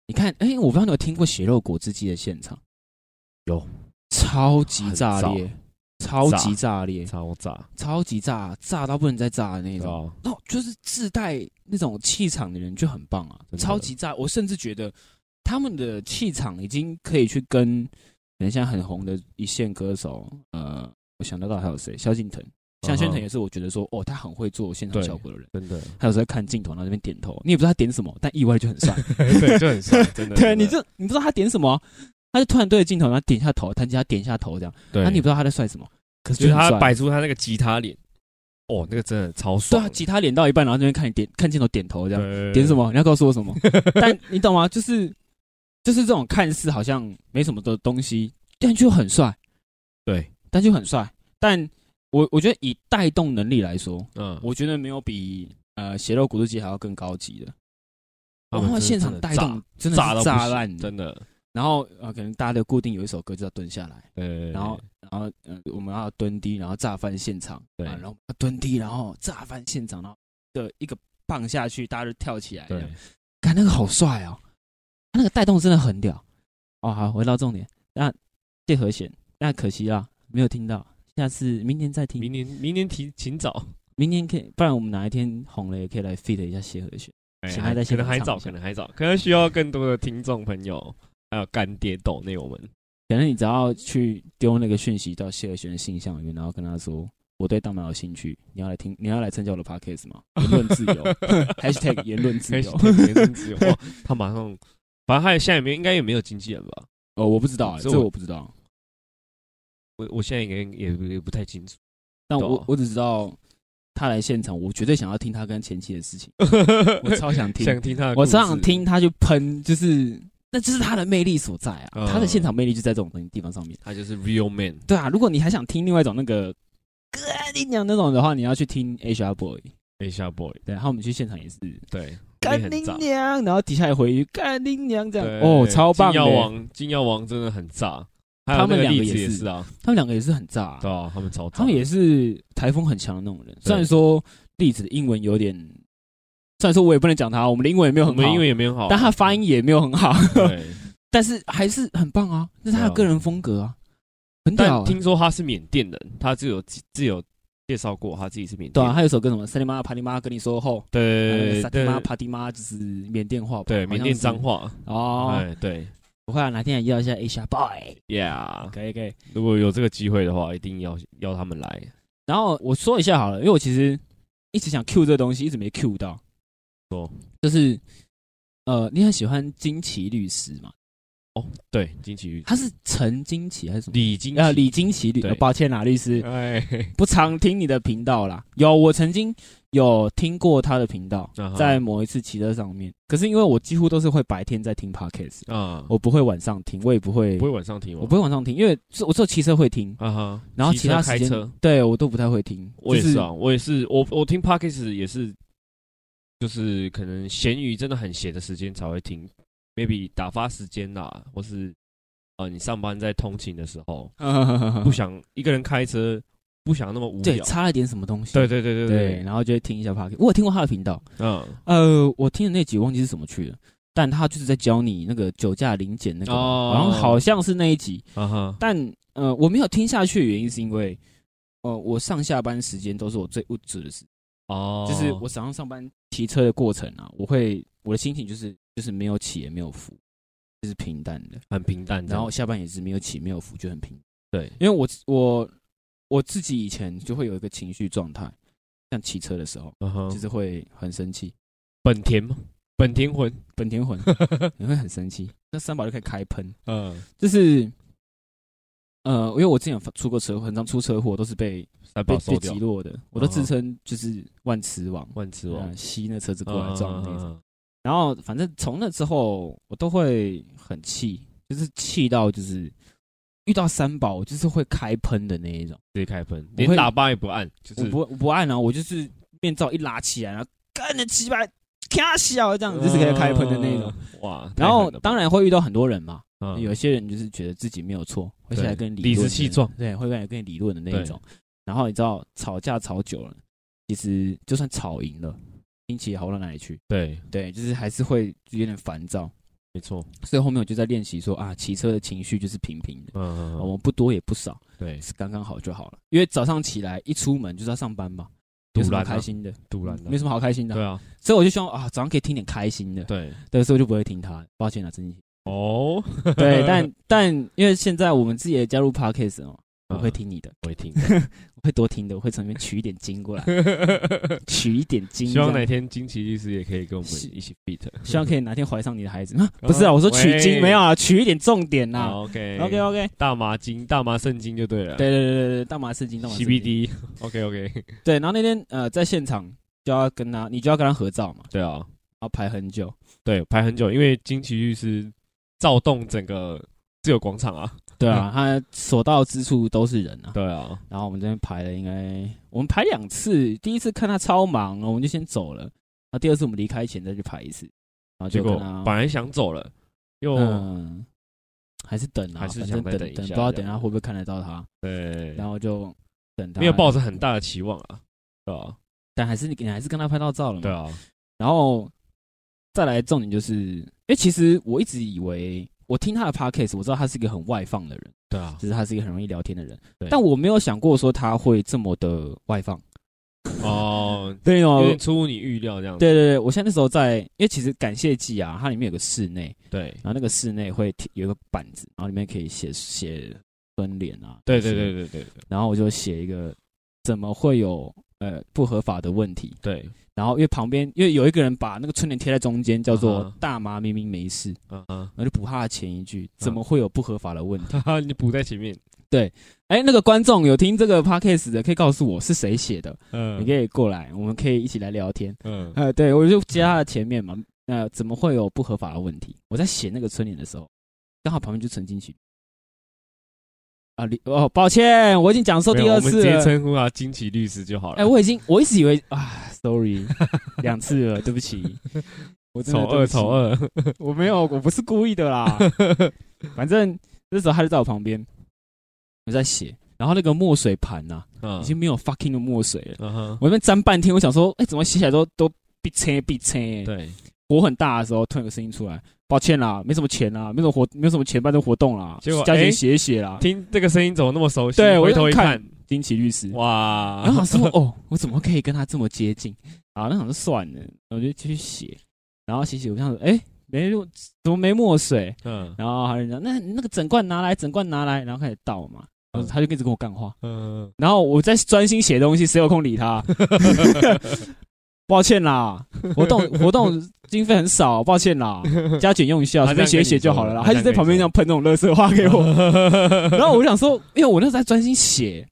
S2: 你看，哎，我不知道你有听过血肉果汁机的现场，
S3: 有
S2: 超级
S3: 很
S2: 炸
S3: 燥
S2: 裂，超级炸裂，
S3: 超炸，
S2: 超级炸，炸到不能再炸的那
S3: 知
S2: 种。
S3: 道
S2: 那我哦就是自带那种气场的人就很棒啊，
S3: 真的
S2: 超级炸！我甚至觉得他们的气场已经可以去跟人家很红的一线歌手，呃，我想得到还有谁？萧敬腾，像萧敬腾也是，我觉得说，哦，他很会做现场
S3: 对
S2: 效果的人。
S3: 嗯真的，
S2: 他有时候在看镜头，然后在那边点头，你也不知道他点什么，但意外就很帅。
S3: (laughs) 对，就
S2: (laughs)
S3: 很帅，真的。
S2: 对，你
S3: 真的
S2: 就你不知道他点什么啊，他就突然对着镜头，然后点一下头，弹吉他点一下头这样，
S3: 对，
S2: 那啊你不知道他在帅什么，可是
S3: 就
S2: 就是很帅
S3: 他摆出他那个吉他脸，哦，那个真的超
S2: 对
S3: 爽
S2: 啊，
S3: 的。
S2: 吉他连到一半，然后这边看你点看镜头点头这样，
S3: 对
S2: 点什？么？你要告诉我
S3: (laughs)
S2: 什么？但你懂吗？就是就是这种看似好像没什么的东西，但就很帅，
S3: 对，
S2: 但就很帅。但我我觉得以带动能力来说，
S3: 嗯，
S2: 我觉得没有比呃血肉骨头肌还要更高级的。
S3: 他
S2: 然
S3: 们
S2: 后
S3: 真的
S2: 现
S3: 真
S2: 场
S3: 的
S2: 带动真的
S3: 炸
S2: 是
S3: 到
S2: 炸烂的，
S3: 真的，
S2: 然后呃，可能大家的固定有一首歌就要蹲下来，
S3: 对，
S2: 然后然后呃，我们要蹲低，然后炸翻现场，
S3: 对
S2: 啊然后蹲低，然后炸翻现场，然后的一个棒下去，大家就跳起来，
S3: 对，
S2: 看那个好帅哦，他那个带动真的很屌。哦，好，回到重点，那谢和弦，那可惜啦，没有听到，下次明年再听，
S3: 明年明年提请早，
S2: 明年可以，不然我们哪一天红了也可以来 feed 一下谢和弦。
S3: 哎
S2: 请
S3: 还
S2: 他在
S3: 可
S2: 现
S3: 能
S2: 场
S3: 还
S2: 唱
S3: 早，
S2: 一下
S3: 可能还早，可能需要更多的听众朋友还有干爹抖内我们。
S2: 可能你只要去丢那个讯息到谢和弦的信箱里面，然后跟他说我对大马有兴趣，你要来听，你要来参加我的 podcast
S3: (laughs)
S2: 吗？言论自由 (laughs) ，#hashtag 言论自由。
S3: Hashtag 言论自由， (laughs) 哇他马上，反正他现在也没应该也没有经纪人吧？
S2: 哦，我不知道、欸，
S3: 这
S2: 这
S3: 我
S2: 我不知道，
S3: 我我现在应该也也不太清楚。 (laughs)
S2: 但
S3: 对啊
S2: 我我只知道他来现场，我绝对想要听他跟前妻的事情，我超想听，
S3: 想听他的故
S2: 我
S3: 事，
S2: 超想听他去喷，就是那就是他的魅力所在啊，
S3: 嗯
S2: 他的现场魅力就在这种东西地方上面。
S3: 他就是 real man，
S2: 对啊，如果你还想听另外一种那个哥你娘那种的话，你要去听 HR Boy，
S3: Asia boy，
S2: 对，然后我们去现场也是。
S3: 对，
S2: 干
S3: 也很
S2: 你
S3: 炸。
S2: 娘！然后底下也回一句干你娘这样
S3: 对，
S2: 哦，超棒
S3: 金
S2: 的
S3: 药。王，金药王真的很炸，还有
S2: 他们
S3: 那
S2: 两个
S3: 栗子
S2: 也
S3: 也
S2: 是
S3: 是啊，
S2: 他们两个也是很炸、
S3: 对啊，他们超炸，
S2: 他们也是台风很强的那种人。虽然说栗子的英文有点，虽然说我也不能讲他，我们的英文也没有
S3: 我
S2: 很好，
S3: 们英文也没有很好，
S2: 但他发音也没有 (laughs) 很好，
S3: 对，
S2: 但是还是很棒啊，那是他的个人风格啊，很屌、
S3: 但
S2: 啊。
S3: 听说他是缅甸人，他自有自有介绍过他自己是缅
S2: 对
S3: 甸
S2: 啊，
S3: 人，
S2: 还有一首歌什么“萨蒂妈帕蒂妈”跟你说后，
S3: 对
S2: 萨蒂
S3: 对
S2: 妈帕蒂妈就是缅甸话吧，
S3: 对，
S2: 好像
S3: 缅甸
S2: 是
S3: 脏话，
S2: 哦。
S3: 哎对
S2: 我会啊，哪天也要一下 Asia Boy，
S3: ，Yeah，
S2: 可以可以。
S3: 如果有这个机会的话，一定要要他们来
S2: 然后我说一下好了，因为我其实一直想 Q 这个东西，一直没 Q 到。
S3: 说，
S2: 就是呃，你很喜欢金奇律师嘛？
S3: 对，金奇玉，
S2: 他是陈金奇还是什么？
S3: 李金
S2: 呃，
S3: 奇，
S2: 李金奇律，
S3: 对
S2: 呃抱歉啦，律师
S3: 哎，
S2: 不常听你的频道啦。有，我曾经有听过他的频道
S3: 啊哈，
S2: 在某一次骑车上面。可是因为我几乎都是会白天在听 podcast，
S3: 啊，
S2: 我不会晚上听，我也不会
S3: 不，会晚上听吗？哦
S2: 我不会晚上听，因为是我只有骑车会听，
S3: 啊哈，
S2: 然后
S3: 骑
S2: 其
S3: 车
S2: 他
S3: 开
S2: 时
S3: 车
S2: 间。对我都不太会听。
S3: 我也
S2: 就是 (laughs)
S3: 啊，我也是，我我听 podcast 也是，就是可能闲余真的很闲的时间才会听，maybe 打发时间啦，或是呃你上班在通勤的时候，不
S2: 是
S3: 想一个人开车，不想那么无
S2: 对
S3: 聊。
S2: 差了点什么东西，
S3: 对对对对
S2: 对，
S3: 对，
S2: 然后就会听一下 podcast。我有听过他的频道，
S3: 嗯，
S2: 呃，我听的那集忘记是什么去了，但他就是在教你那个酒驾零检那个，
S3: 哦
S2: 然后好像是那一集，
S3: 啊哈，
S2: 但呃，我没有听下去的原因是因为，呃，我上下班时间都是我最物质的事，
S3: 哦，
S2: 就是我早上上班骑车的过程啊，我会我的心情就是就是没有起也没有伏，就是平淡的，
S3: 很平淡这样，
S2: 然后下班也是没有起没有伏，就很平淡。
S3: 对，
S2: 因为我我我自己以前就会有一个情绪状态，像骑车的时候，
S3: 嗯
S2: 就
S3: 哼，
S2: 是会很生气，
S3: 本田嘛，本田魂，
S2: 本田
S3: (laughs)
S2: 魂。你会很生气。那三宝就可以开喷，
S3: 嗯，
S2: 就是呃，因为我之前有发出过车祸，很常出车祸，都是被
S3: 三
S2: 被
S3: 把收
S2: 被
S3: 掉
S2: 击，落的，我都
S3: 嗯
S2: 自
S3: 哼
S2: 称就是万磁王，
S3: 万磁王
S2: 呃吸那车子过来撞的那种。
S3: 嗯
S2: 然后反正从那之后，我都会很气，就是气到就是遇到三宝，我就是会开喷的那一种。
S3: 直接开喷，
S2: 我会
S3: 连喇叭也不按，就
S2: 我
S3: 是
S2: 不我不按啊，我就是面罩一拉起来，然后干你鸡巴，咔笑这样，就是可以开喷的那种。
S3: 嗯，哇，
S2: 然
S3: 太
S2: 后
S3: 狠了吧
S2: 当然会遇到很多人嘛，
S3: 嗯
S2: 有些人就是觉得自己没有错，会
S3: 对
S2: 下来跟你
S3: 理
S2: 理
S3: 直
S2: 论
S3: 气
S2: 的
S3: 壮，
S2: 对，会来跟你理论的那一种。然后你知道吵架吵久了，其实就算吵赢了，心情也好不到哪里去，
S3: 对，
S2: 对，就是还是会有点烦躁。
S3: 没错，
S2: 所以后面我就在练习说啊，骑车的情绪就是平平的，
S3: 嗯，
S2: 我们不多也不少，
S3: 对，
S2: 是刚刚好就好了。因为早上起来一出门就是要上班嘛，
S3: 堵
S2: 有什么
S3: 拦
S2: 好
S3: 啊
S2: 开心的？
S3: 堵拦的，
S2: 没什么好开心的啊、
S3: 对啊，
S2: 所以我就希望啊，早上可以听点开心的， (laughs)
S3: 对，
S2: 对，所以我就不会听他。抱歉啊，真
S3: (laughs)
S2: 心。
S3: 哦，
S2: 对，但但因为现在我们自己也加入 podcast 哦，
S3: 嗯
S2: 我会听你的，
S3: 我
S2: (laughs)
S3: 会听，
S2: 我会多听的，我会从里面取一点经
S3: (laughs)
S2: 过来，取一点经。
S3: 希望
S2: 这
S3: 哪
S2: 样
S3: 天金奇律师也可以跟我们
S2: 是
S3: 一起 beat。
S2: 希
S3: (laughs)
S2: 望可以哪天怀上你的孩子。 (laughs) 啊不是啊，我说取经
S3: 嗯喂
S2: 没有啊，取一点重点呐。
S3: OK
S2: OK OK，
S3: 大麻精，大麻圣经就对了。
S2: 对对对对对，大麻刺激，大麻刺激
S3: ，CBD。OK OK，
S2: 对，然后那天呃，在现场就要跟他，你就要跟他合照嘛，
S3: (laughs) 对啊，
S2: 然后排很久。
S3: 对，排很久，因为金奇律师躁动整个自由广场啊。
S2: 对啊，他所到之处都是人啊。
S3: 对啊，
S2: 然后我们这边排了，应该我们排两次，第一次看他超忙，我们就先走了。然后第二次我们离开前再去排一次，然后
S3: 结
S2: 就
S3: 果
S2: 跟他
S3: 本来想走了，又
S2: 啊嗯，还是等啊，
S3: 还是
S2: 反
S3: 想
S2: 正
S3: 再
S2: 等
S3: 等一下
S2: 不知道等
S3: 这
S2: 他
S3: 样
S2: 会不会看得到他，
S3: 对，
S2: 然后就等他
S3: 没有抱着很，大的期望啊。对啊，
S2: 但还是你你还是跟他拍到照了嘛。
S3: 对啊，
S2: 然后再来重点就是，因为其实我一直以为我听他的 podcast，我知道他是一个很外放的人，
S3: 对啊，
S2: 就是他是一个很容易聊天的人
S3: 对，
S2: 但我没有想过说他会这么的外放。
S3: 哦，
S2: 对
S3: 有
S2: 哦，
S3: 点出乎你预料这样子。
S2: 对对对，我现在那时候在，因为其实感谢季啊，它里面有个室内，
S3: 对
S2: 然后那个室内会贴有一个板子，然后里面可以写写分脸啊。
S3: 对
S2: 这
S3: 对
S2: 些
S3: 对对对对
S2: 然后我就写一个怎么会有呃不合法的问题，
S3: 对，
S2: 然后因为旁边因为有一个人把那个春联贴在中间，叫
S3: 嗯
S2: 做
S3: 哼
S2: 大麻明明没事，
S3: 嗯嗯
S2: 然后就补他的前一句，怎么会有不合法的问题？ (laughs)
S3: 哈哈，你补在前面。
S2: 哎、那个观众有听这个 podcast 的，可以告诉我是谁写的，
S3: 嗯
S2: 你可以过来，我们可以一起来聊天。
S3: 嗯
S2: 呃，对，我就接他的前面嘛。那、怎么会有不合法的问题？我在写那个春联的时候，刚好旁边就陈进去。啊，你哦，抱歉，我已经讲错
S3: 没
S2: 第
S3: 有
S2: 二
S3: 我们
S2: 次
S3: 直接
S2: 了。
S3: 称呼他金奇律师就好了。
S2: 哎、我已经我一直以为啊，sorry，两次了，对不
S3: (laughs)
S2: 起，我真的
S3: 丑
S2: 对不
S3: 恶
S2: 起
S3: 丑，恶，
S2: 我没有，我不是故意的
S3: (laughs)
S2: 啦。反正那时候他就在我旁边，我在写，然后那个墨水盘呐、
S3: 嗯
S2: 已经没有 fucking 的墨水了，
S3: 嗯哼，
S2: 我那边粘半天，我想说，哎、怎么写起来都都必切必切，
S3: 对，
S2: 火很大的时候，突然有个声音出来，抱歉啦，没什么钱啦，没什么活，没有什么钱办的活动啦，
S3: 结果
S2: 加
S3: 哎
S2: 钱写一写啦。
S3: 听这个声音怎么那么熟悉？
S2: 对我
S3: 回头一
S2: 看
S3: 看，
S2: 丁奇律师，
S3: 哇
S2: 然后，想说，哦，我怎么可以跟他这么接近？啊，那想说算了，我就继续写，然后写写，我想说，哎、没用，怎么没墨水？
S3: 嗯
S2: 然后人家那那个整罐拿来，整罐拿来，然后开始倒嘛，然后他就一直跟我干话，
S3: 嗯，
S2: 然后我在专心写东西，谁有空理他？ (laughs) 抱歉啦，活动活动经费很少，抱歉啦，加减用一下，
S3: 他
S2: 随便
S3: 这
S2: 写
S3: 样跟你
S2: 一写就好了啦。
S3: 说
S2: 他就在旁边这样喷那种垃圾话给 (laughs)
S3: (laughs)
S2: 我，
S3: 嗯
S2: 然后我就想说，因为我那时候在专心写，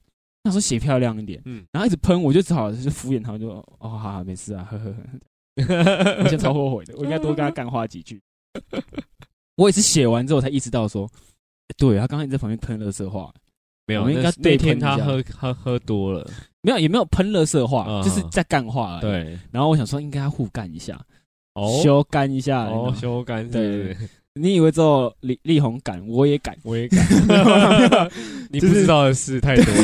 S2: 那时候写漂亮一点，
S3: 嗯
S2: 然后一直喷，我就只好就是敷衍他，我就哦好好没事啊，呵呵呵。我现在超后悔的，我应该多跟他干话几句。我也是写完之后才意识到说，欸对他刚刚一直在旁边喷垃圾话，
S3: (laughs) 没有，
S2: 我们应
S3: 那
S2: 该
S3: 那
S2: 对
S3: 天
S2: 喷
S3: 他
S2: 一下
S3: 喝喝喝多了，
S2: 没有也没有喷垃圾话，
S3: 嗯
S2: 就是在干话。，
S3: 对，
S2: 然后我想说应该要互干一下，
S3: 哦
S2: 修干一下。
S3: 哦
S2: 你，知道吗
S3: 修干，
S2: 对
S3: 对，，
S2: 你以为只有李力宏敢，我也敢
S3: 我
S2: (laughs)
S3: 也敢，你不
S2: 就是
S3: 知道的事太多
S2: (laughs)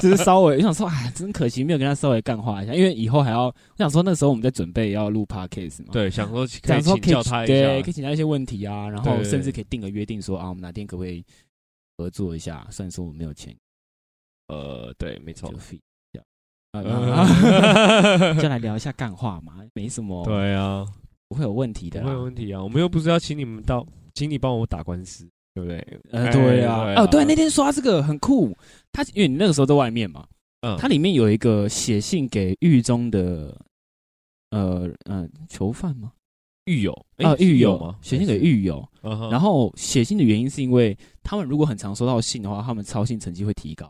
S2: 就是稍微我想说，哎，真可惜没有跟他稍微干话一下，因为以后还要，我想说那时候我们在准备要录 podcast 嘛。
S3: 对，想说可以
S2: 想说
S3: 请
S2: 可以
S3: 教他一
S2: 对，可
S3: 下
S2: 以，请教一些问题啊，然
S3: 对
S2: 后
S3: 对对
S2: 甚至可以定个约定说啊，我们哪天可不可以合作一下？虽然说我没有钱，
S3: 呃，对，没
S2: 就
S3: 错，
S2: 费一下。啊，(laughs)
S3: 嗯
S2: 就来聊一下干话嘛，没什么，
S3: (laughs) 对啊，
S2: 不会有问题
S3: 不
S2: 的
S3: 会有
S2: 啦。
S3: 问题啊，我们又不是要请你们到，请你帮我打官司，对不对？
S2: 呃，对
S3: 哎
S2: 啊，哦，对，那天说他这个很酷，他因为你那个时候在外面嘛，
S3: 嗯
S2: 它里面有一个写信给狱中的，呃呃，囚犯吗？
S3: 狱友哎
S2: 啊，
S3: 是
S2: 狱友
S3: 吗？
S2: 写信给狱友，
S3: 嗯哼，
S2: 然
S3: 后
S2: 后写信的原因是因为他们如果很常收到信的话，他们操信成绩会提高，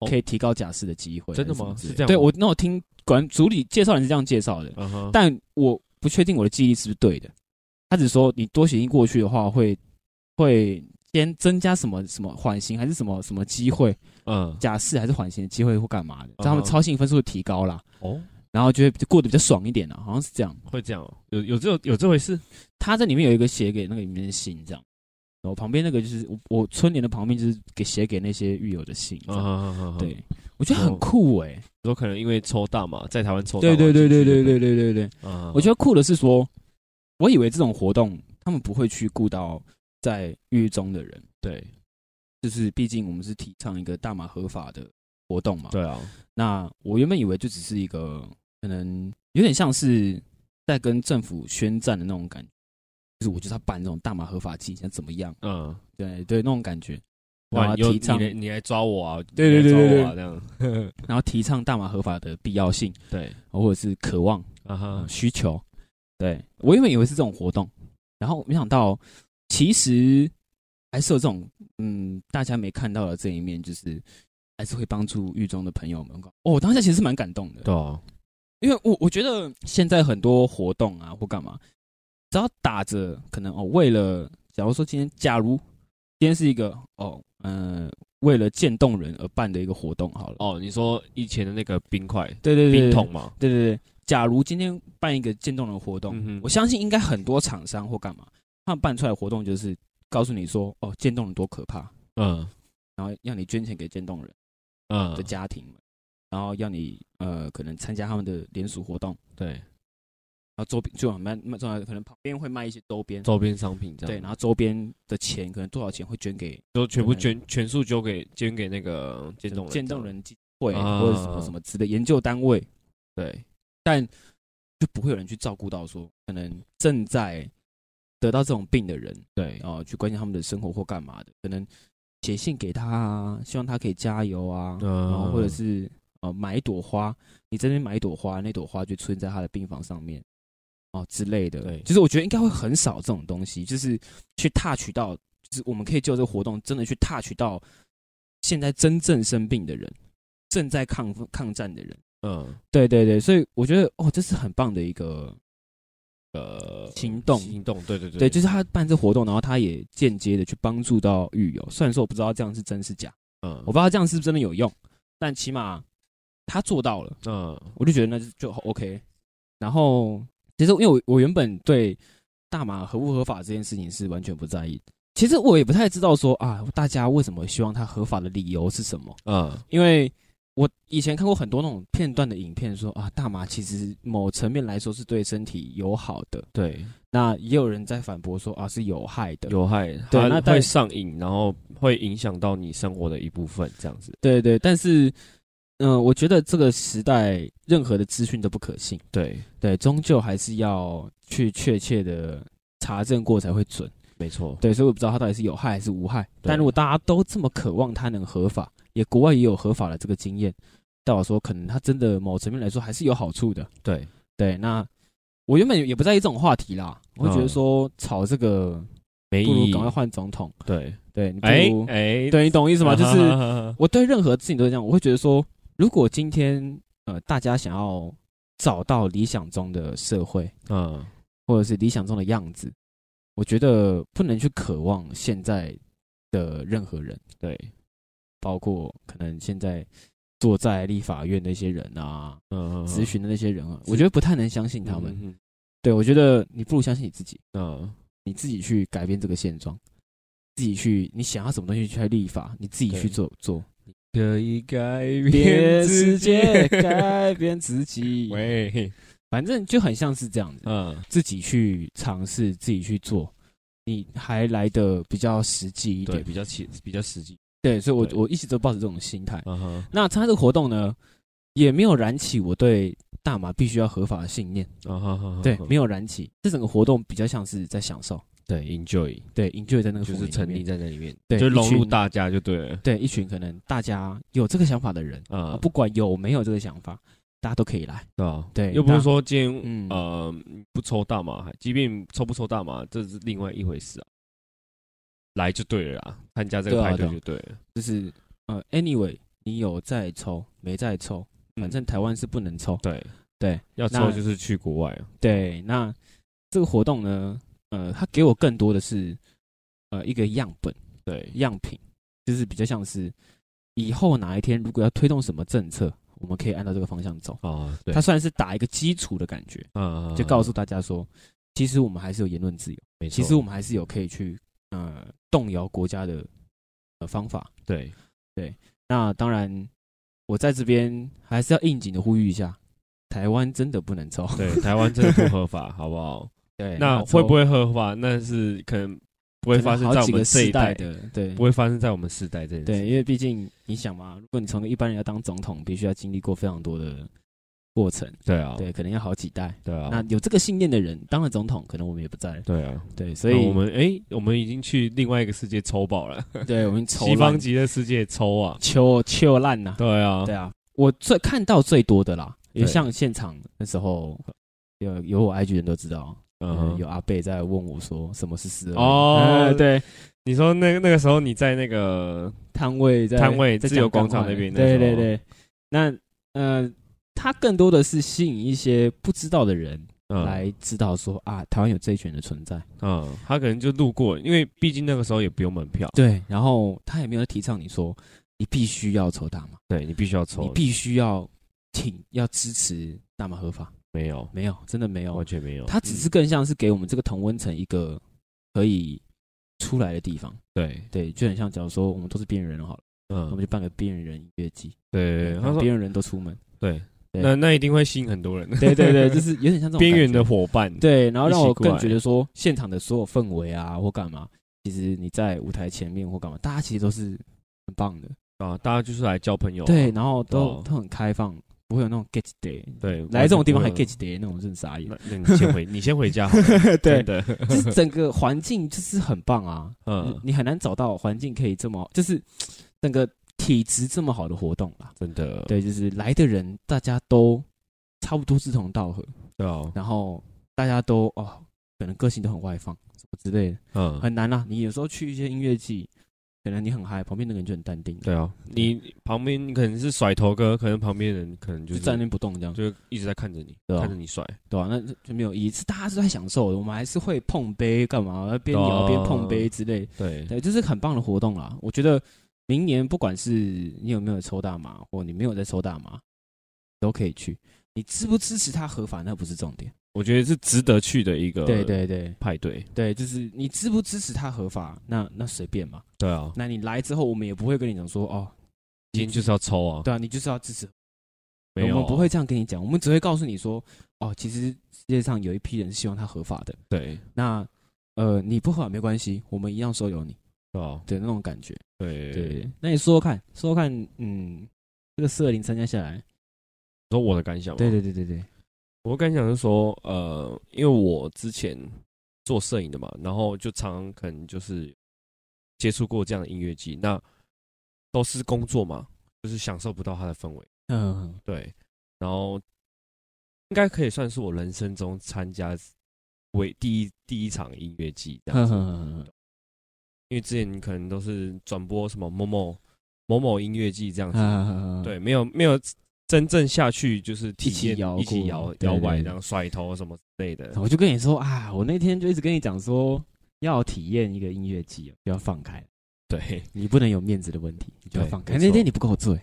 S3: 哦
S2: 可以提高假释的机会。
S3: 真的吗
S2: 还什么之类
S3: 是这样吗
S2: 对我那我听管组里介绍人是这样介绍的，
S3: 嗯哼，
S2: 但我不确定我的记忆是不是对的。他只说你多写信过去的话会会先增加什么什么缓刑还是什么什么机会，
S3: 嗯
S2: 假释还是缓刑的机会或干嘛的，让他们
S3: 嗯哼
S2: 操信分数会提高啦，
S3: 哦，
S2: 然后就会过得比较爽一点啦，好像是这样。
S3: 会这样哦，有有这有这回事？
S2: 他在里面有一个写给那个里面的信，这样。然后旁边那个就是我我春联的旁边就是给写给那些狱友的信，这
S3: 嗯
S2: 样
S3: 哼哼，哦
S2: 对我觉得很酷哎、
S3: 有可能因为抽大麻，在台湾抽大麻
S2: 对对对对对
S3: 进去
S2: 对对对对，
S3: 嗯
S2: 我觉得酷的是说，我以为这种活动他们不会去顾到在狱中的人。对，就是毕竟我们是提倡一个大麻合法的活动嘛。
S3: 对啊，
S2: 那我原本以为就只是一个可能有点像是在跟政府宣战的那种感觉，就是我就是要办这种大麻合法季，想怎么样？
S3: 嗯，
S2: 对对，那种感觉。然
S3: 哇，
S2: 后
S3: 你有
S2: 提
S3: 你
S2: 倡，
S3: 来你来抓我啊，
S2: 对对对
S3: 你来抓
S2: 对
S3: 我啊这样，
S2: 然后提倡大麻合法的必要性，
S3: 对，
S2: 或者是渴望、
S3: 啊哈
S2: 呃，需求。对我原本以为是这种活动，然后没想到其实还是有这种嗯大家没看到的这一面，就是还是会帮助狱中的朋友们。哦，我当下其实是蛮感动的，
S3: 对啊，
S2: 因为我我觉得现在很多活动啊或干嘛，只要打着可能哦，为了假如说今天，假如今天是一个哦，嗯、为了渐冻人而办的一个活动好了。哦，
S3: 哦，你说以前的那个冰块
S2: 对对对，
S3: 冰桶，嘛，
S2: 对对对。假如今天办一个渐冻人活动，
S3: 嗯哼
S2: 我相信应该很多厂商或干嘛，他们办出来的活动就是告诉你说，哦，渐冻人多可怕，
S3: 嗯
S2: 然后让你捐钱给渐冻人
S3: 嗯
S2: 的，家庭们，然后要你呃可能参加他们的联署活动。
S3: 对，
S2: 然后周边就很卖卖，重要的可能旁边会卖一些周边，
S3: 周边商品这样，
S2: 对，然后周边的钱可能多少钱会捐给
S3: 就全部捐全数捐给捐给那个渐冻人，
S2: 渐冻，人基金会
S3: 啊
S2: 或者什么什么之类研究单位，
S3: 对，
S2: 但就不会有人去照顾到说可能正在得到这种病的人，
S3: 对，
S2: 哦、去关心他们的生活或干嘛的，可能写信给他啊，希望他可以加油啊，
S3: 嗯
S2: 然后或者是呃买一朵花，你这边买一朵花，那朵花就出现在他的病房上面哦、之类的。
S3: 对
S2: 其实我觉得应该会很少这种东西，就是去 touch 到，就是我们可以就这个活动真的去 touch 到现在真正生病的人，正在抗抗战的人。
S3: 嗯，
S2: 对对对，所以我觉得哦，这是很棒的一个
S3: 呃，
S2: 行动
S3: 行动，对对对
S2: 对，就是他办这活动，然后他也间接的去帮助到狱友。虽然说我不知道这样是真是假，
S3: 嗯
S2: 我不知道这样是不是真的有用，但起码他做到了，
S3: 嗯
S2: 我就觉得那就就 OK。然后其实因为我我原本对大麻合不合法这件事情是完全不在意的，其实我也不太知道说啊，大家为什么希望它合法的理由是什么。
S3: 嗯
S2: 因为我以前看过很多那种片段的影片说啊，大麻其实某层面来说是对身体友好的，
S3: 对，
S2: 那也有人在反驳说啊是有害的。
S3: 有害，
S2: 对
S3: 它
S2: 那
S3: 会
S2: 但
S3: 上瘾，然后会影响到你生活的一部分，这样子，
S2: 对对，但是，嗯、我觉得这个时代任何的资讯都不可信，
S3: 对，
S2: 对，终究还是要去确切的查证过才会准。
S3: 没错，
S2: 对，所以我不知道它到底是有害还是无害。
S3: 对
S2: 但如果大家都这么渴望它能合法，也国外也有合法的这个经验，代表说可能它真的某层面来说还是有好处的。
S3: 对，
S2: 对，那我原本也不在意这种话题啦，我会觉得说吵这个
S3: 嗯没
S2: 不如
S3: 意义
S2: 赶，快换总统。
S3: 对，
S2: 对，你不
S3: 哎
S2: 如
S3: 哎，
S2: 对你懂我意思
S3: 什 (laughs)
S2: 吗？
S3: 么？
S2: 就是。
S3: 是
S2: 我对任何事情都是这样，我会觉得说，如果今天呃大家想要找到理想中的社会，
S3: 嗯，
S2: 或者是理想中的样子，我觉得不能去渴望现在的任何人，
S3: 对，
S2: 包括可能现在坐在立法院那些人啊，
S3: 嗯，
S2: 咨询的那些人啊，我觉得不太能相信他们。
S3: 们，
S2: 对我觉得你不如相信你自己，
S3: 嗯，
S2: 你自己去改变这个现状。自己去，你想要什么东西去立法，你自己去
S3: 对
S2: 做做，
S3: 可以改
S2: 别
S3: 变
S2: 世
S3: 世
S2: 界
S3: 界，
S2: 改变自己。
S3: (laughs) 喂，
S2: 反正就很像是这样子，
S3: 嗯，
S2: 自己去尝试，自己去做，你还来的比较实际一
S3: 对，
S2: 点。
S3: 比较起比较实际，
S2: 对，所以我
S3: 对
S2: 我一直都抱着这种心态。
S3: 嗯哼，
S2: 那参加这个活动呢，也没有燃起我对大麻必须要合法的信念，
S3: 嗯哼哼，
S2: 对，没
S3: 有
S2: 有燃起。这整个活动比较像是在享受，
S3: 对，enjoy
S2: 对，enjoy 在那个
S3: 就
S2: 氛围
S3: 是
S2: 里
S3: 沉
S2: 面
S3: 溺在那里面，
S2: 对
S3: 就融
S2: 一
S3: 入
S2: 群
S3: 大家就对了，
S2: 对一群可能大家有这个想法的人，
S3: 啊
S2: 啊，不管有没有这个想法，大家都可以来。
S3: 对啊，
S2: 对
S3: 又不是
S2: 那
S3: 说今天、
S2: 嗯
S3: 呃不抽大麻，还即便抽不抽大麻，这是另外一回事啊。来就对了啦，参加这
S2: 对
S3: 个
S2: 啊
S3: 派
S2: 对
S3: 对
S2: 啊
S3: 就对了。
S2: 就是呃，anyway，你有在抽，没在抽，反正台湾是不能抽。
S3: 嗯对
S2: 对，
S3: 要抽
S2: 那
S3: 就是去国外啊。
S2: 对，那这个活动呢，呃，它给我更多的是呃一个样本
S3: 对，
S2: 样品，就是比较像是以后哪一天如果要推动什么政策，我们可以按照这个方向走。
S3: 啊，对
S2: 它，算是打一个基础的感觉，
S3: 嗯
S2: 就告诉大家说，其实我们还是有言论自由，
S3: 没错
S2: 其实我们还是有可以去呃动摇国家的呃方法。
S3: 对，
S2: 那当然，我在这边还是要应景的呼吁一下，台湾真的不能抽。
S3: (laughs) 对，台湾真的不合法，好不好？
S2: 对，
S3: 那会不会合法？那是可能不会发生在我们这一
S2: 代，
S3: 代
S2: 的？对
S3: 不，会发生在我们世代这件
S2: 对，
S3: 事。
S2: 因为毕竟你想嘛，如果你从一般人要当总统，必须要经历过非常多的过程，
S3: 对啊，
S2: 对，可能要好几代。
S3: 对啊，
S2: 那有这个信念的人当了总统，可能我们也不在了。
S3: 对啊，
S2: 对，所
S3: 所以
S2: 以
S3: 我们哎、我们已经去另外一个世界抽饱了，
S2: 对我们筹
S3: 西方
S2: 烂
S3: 级的世界抽啊，
S2: 秋秋烂呐。
S3: 对啊，
S2: 对啊，我最看到最多的啦，也
S3: 对
S2: 像现场那时候有有我 IG 人都知道，
S3: 嗯
S2: 呃
S3: 哼
S2: 有阿贝在问我说什么是四二
S3: 哦
S2: 哎对，
S3: 你说那那个时候你在那个
S2: 摊位在
S3: 摊位
S2: 在
S3: 自由
S2: 讲干
S3: 广场
S2: 话
S3: 那边那时
S2: 对
S3: 候
S2: 对对，那呃，他更多的是吸引一些不知道的人
S3: 嗯
S2: 来知道说啊，台湾有这一群人的存在，
S3: 嗯，他可能就路过，因为毕竟那个时候也不用门票，
S2: 对，然后他也没有提倡你说你必须要抽大麻，
S3: 对你必须要抽，
S2: 你必须要挺要支持大麻合法，
S3: 没有，
S2: 没有，真的没有
S3: 完，全没有，
S2: 他只是更像是给我们这个同温层一个可以出来的地方。
S3: 对，
S2: 对，就很像，假如说我们都是边缘人好了，我
S3: 嗯
S2: 们，就办个边缘人音乐季，
S3: 对，他
S2: 让
S3: 说
S2: 边缘人都出门。
S3: 对，
S2: 对
S3: 那那一定会吸引很多人，
S2: 对对 (laughs) 对，就是有点像这种
S3: 边缘
S2: 感觉
S3: 的伙伴，
S2: 对，然后让
S3: 一起
S2: 我
S3: 过
S2: 更
S3: 来
S2: 觉得说，现场的所有氛围啊，或干嘛，其实你在舞台前面或干嘛，大家其实都是很棒的，
S3: 啊，大家就是来交朋友啊，
S2: 对，然后
S3: 对
S2: 都
S3: 啊
S2: 都很开放，不会有那种 get day，
S3: 对，
S2: 来这种地方还
S3: 完全
S2: get day 那种，真的傻眼
S3: 不。会。 (laughs) 那那你先回，你先回家好
S2: (laughs)
S3: 了，真的，
S2: 就是整个环境就是很棒 (laughs) 啊，
S3: 嗯，
S2: 你很难找到环境可以这么，就是整个体质这么好的活动啦。
S3: 真的，
S2: 对，就是来的人大家都差不多志同道合，
S3: 对啊，
S2: 然后大家都哦，可能个性都很外放什么之类的，
S3: 嗯，
S2: 很难啊啦。你有时候去一些音乐季，可能你很嗨，旁边那个人就很淡定，
S3: 对啊，你旁边你可能是甩头哥，可能旁边人可能就
S2: 就是站那边不动这样，
S3: 就一直在看着你，
S2: 对啊
S3: 看着你甩，
S2: 对吧、那就就没有意义。是大家是在享受的，我们还是会碰杯干嘛，边
S3: 对
S2: 聊
S3: 啊
S2: 边碰杯之类的
S3: 对，
S2: 对，这是很棒的活动啦。我觉得明年不管是你有没有抽大麻，或你没有在抽大麻，都可以去。你支不支持它合法，那不是重点。
S3: 我觉得是值得去的一个
S2: 对对对
S3: 派对，
S2: 对，就是你支不支持它合法，那那随便嘛。
S3: 对啊，
S2: 那你来之后，我们也不会跟你讲说哦，
S3: 今天就是要抽啊，
S2: 对啊，你就是要支持。
S3: 没有
S2: 我
S3: 啊
S2: 们不会这样跟你讲，我们只会告诉你说，哦，其实世界上有一批人是希望它合法的。
S3: 对，
S2: 那呃，你不合法没关系，我们一样收留你
S3: 对啊，
S2: 的那种感觉。
S3: 对
S2: 对，那你说说看，说说看，嗯，这个四二零参加下来，
S3: 哦说我的感想，
S2: 对，对对对对，
S3: 我的感想是说，呃，因为我之前做摄影的嘛，然后就常常可能就是接触过这样的音乐季，那都是工作嘛，就是享受不到它的氛围，
S2: 嗯，
S3: 对，然后应该可以算是我人生中参加为第一第一场音乐季这样
S2: 呵呵
S3: 子，
S2: 呵
S3: 因为之前可能都是转播什么某某某某音乐季这样子，
S2: 嗯呵，
S3: 对，没有没有真正下去就是体
S2: 一起
S3: 验
S2: 摇
S3: 一起
S2: 过
S3: 摇
S2: 对
S3: 摇
S2: 对
S3: 摆，
S2: 对
S3: 然后甩头什么之类的，
S2: 我就跟你说啊，我那天就一直跟你讲说，要体验一个音乐季，就要放开，
S3: 对，
S2: 你不能有面子的问题，你就要
S3: 对
S2: 放开。
S3: 没错
S2: 那天你不够醉，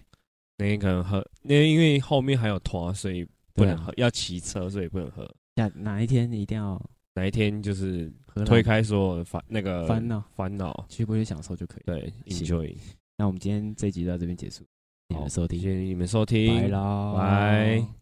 S3: 那天可能喝，那因为后面还有团，所以不
S2: 对
S3: 能
S2: 啊
S3: 喝，要骑车，所以不能喝。
S2: 那哪一天你一定要
S3: 哪一天就是
S2: 喝
S3: 推
S2: 了
S3: 开所有的烦那个
S2: 烦恼，
S3: 烦恼，
S2: 去过去享受就可以。
S3: 对
S2: 行
S3: ，enjoy。
S2: 那我们今天这一集就到这边结束，谢谢你
S3: 好
S2: 们收
S3: 谢
S2: 听，
S3: 谢你们收
S2: 拜
S3: 听，
S2: 啦，
S3: 拜。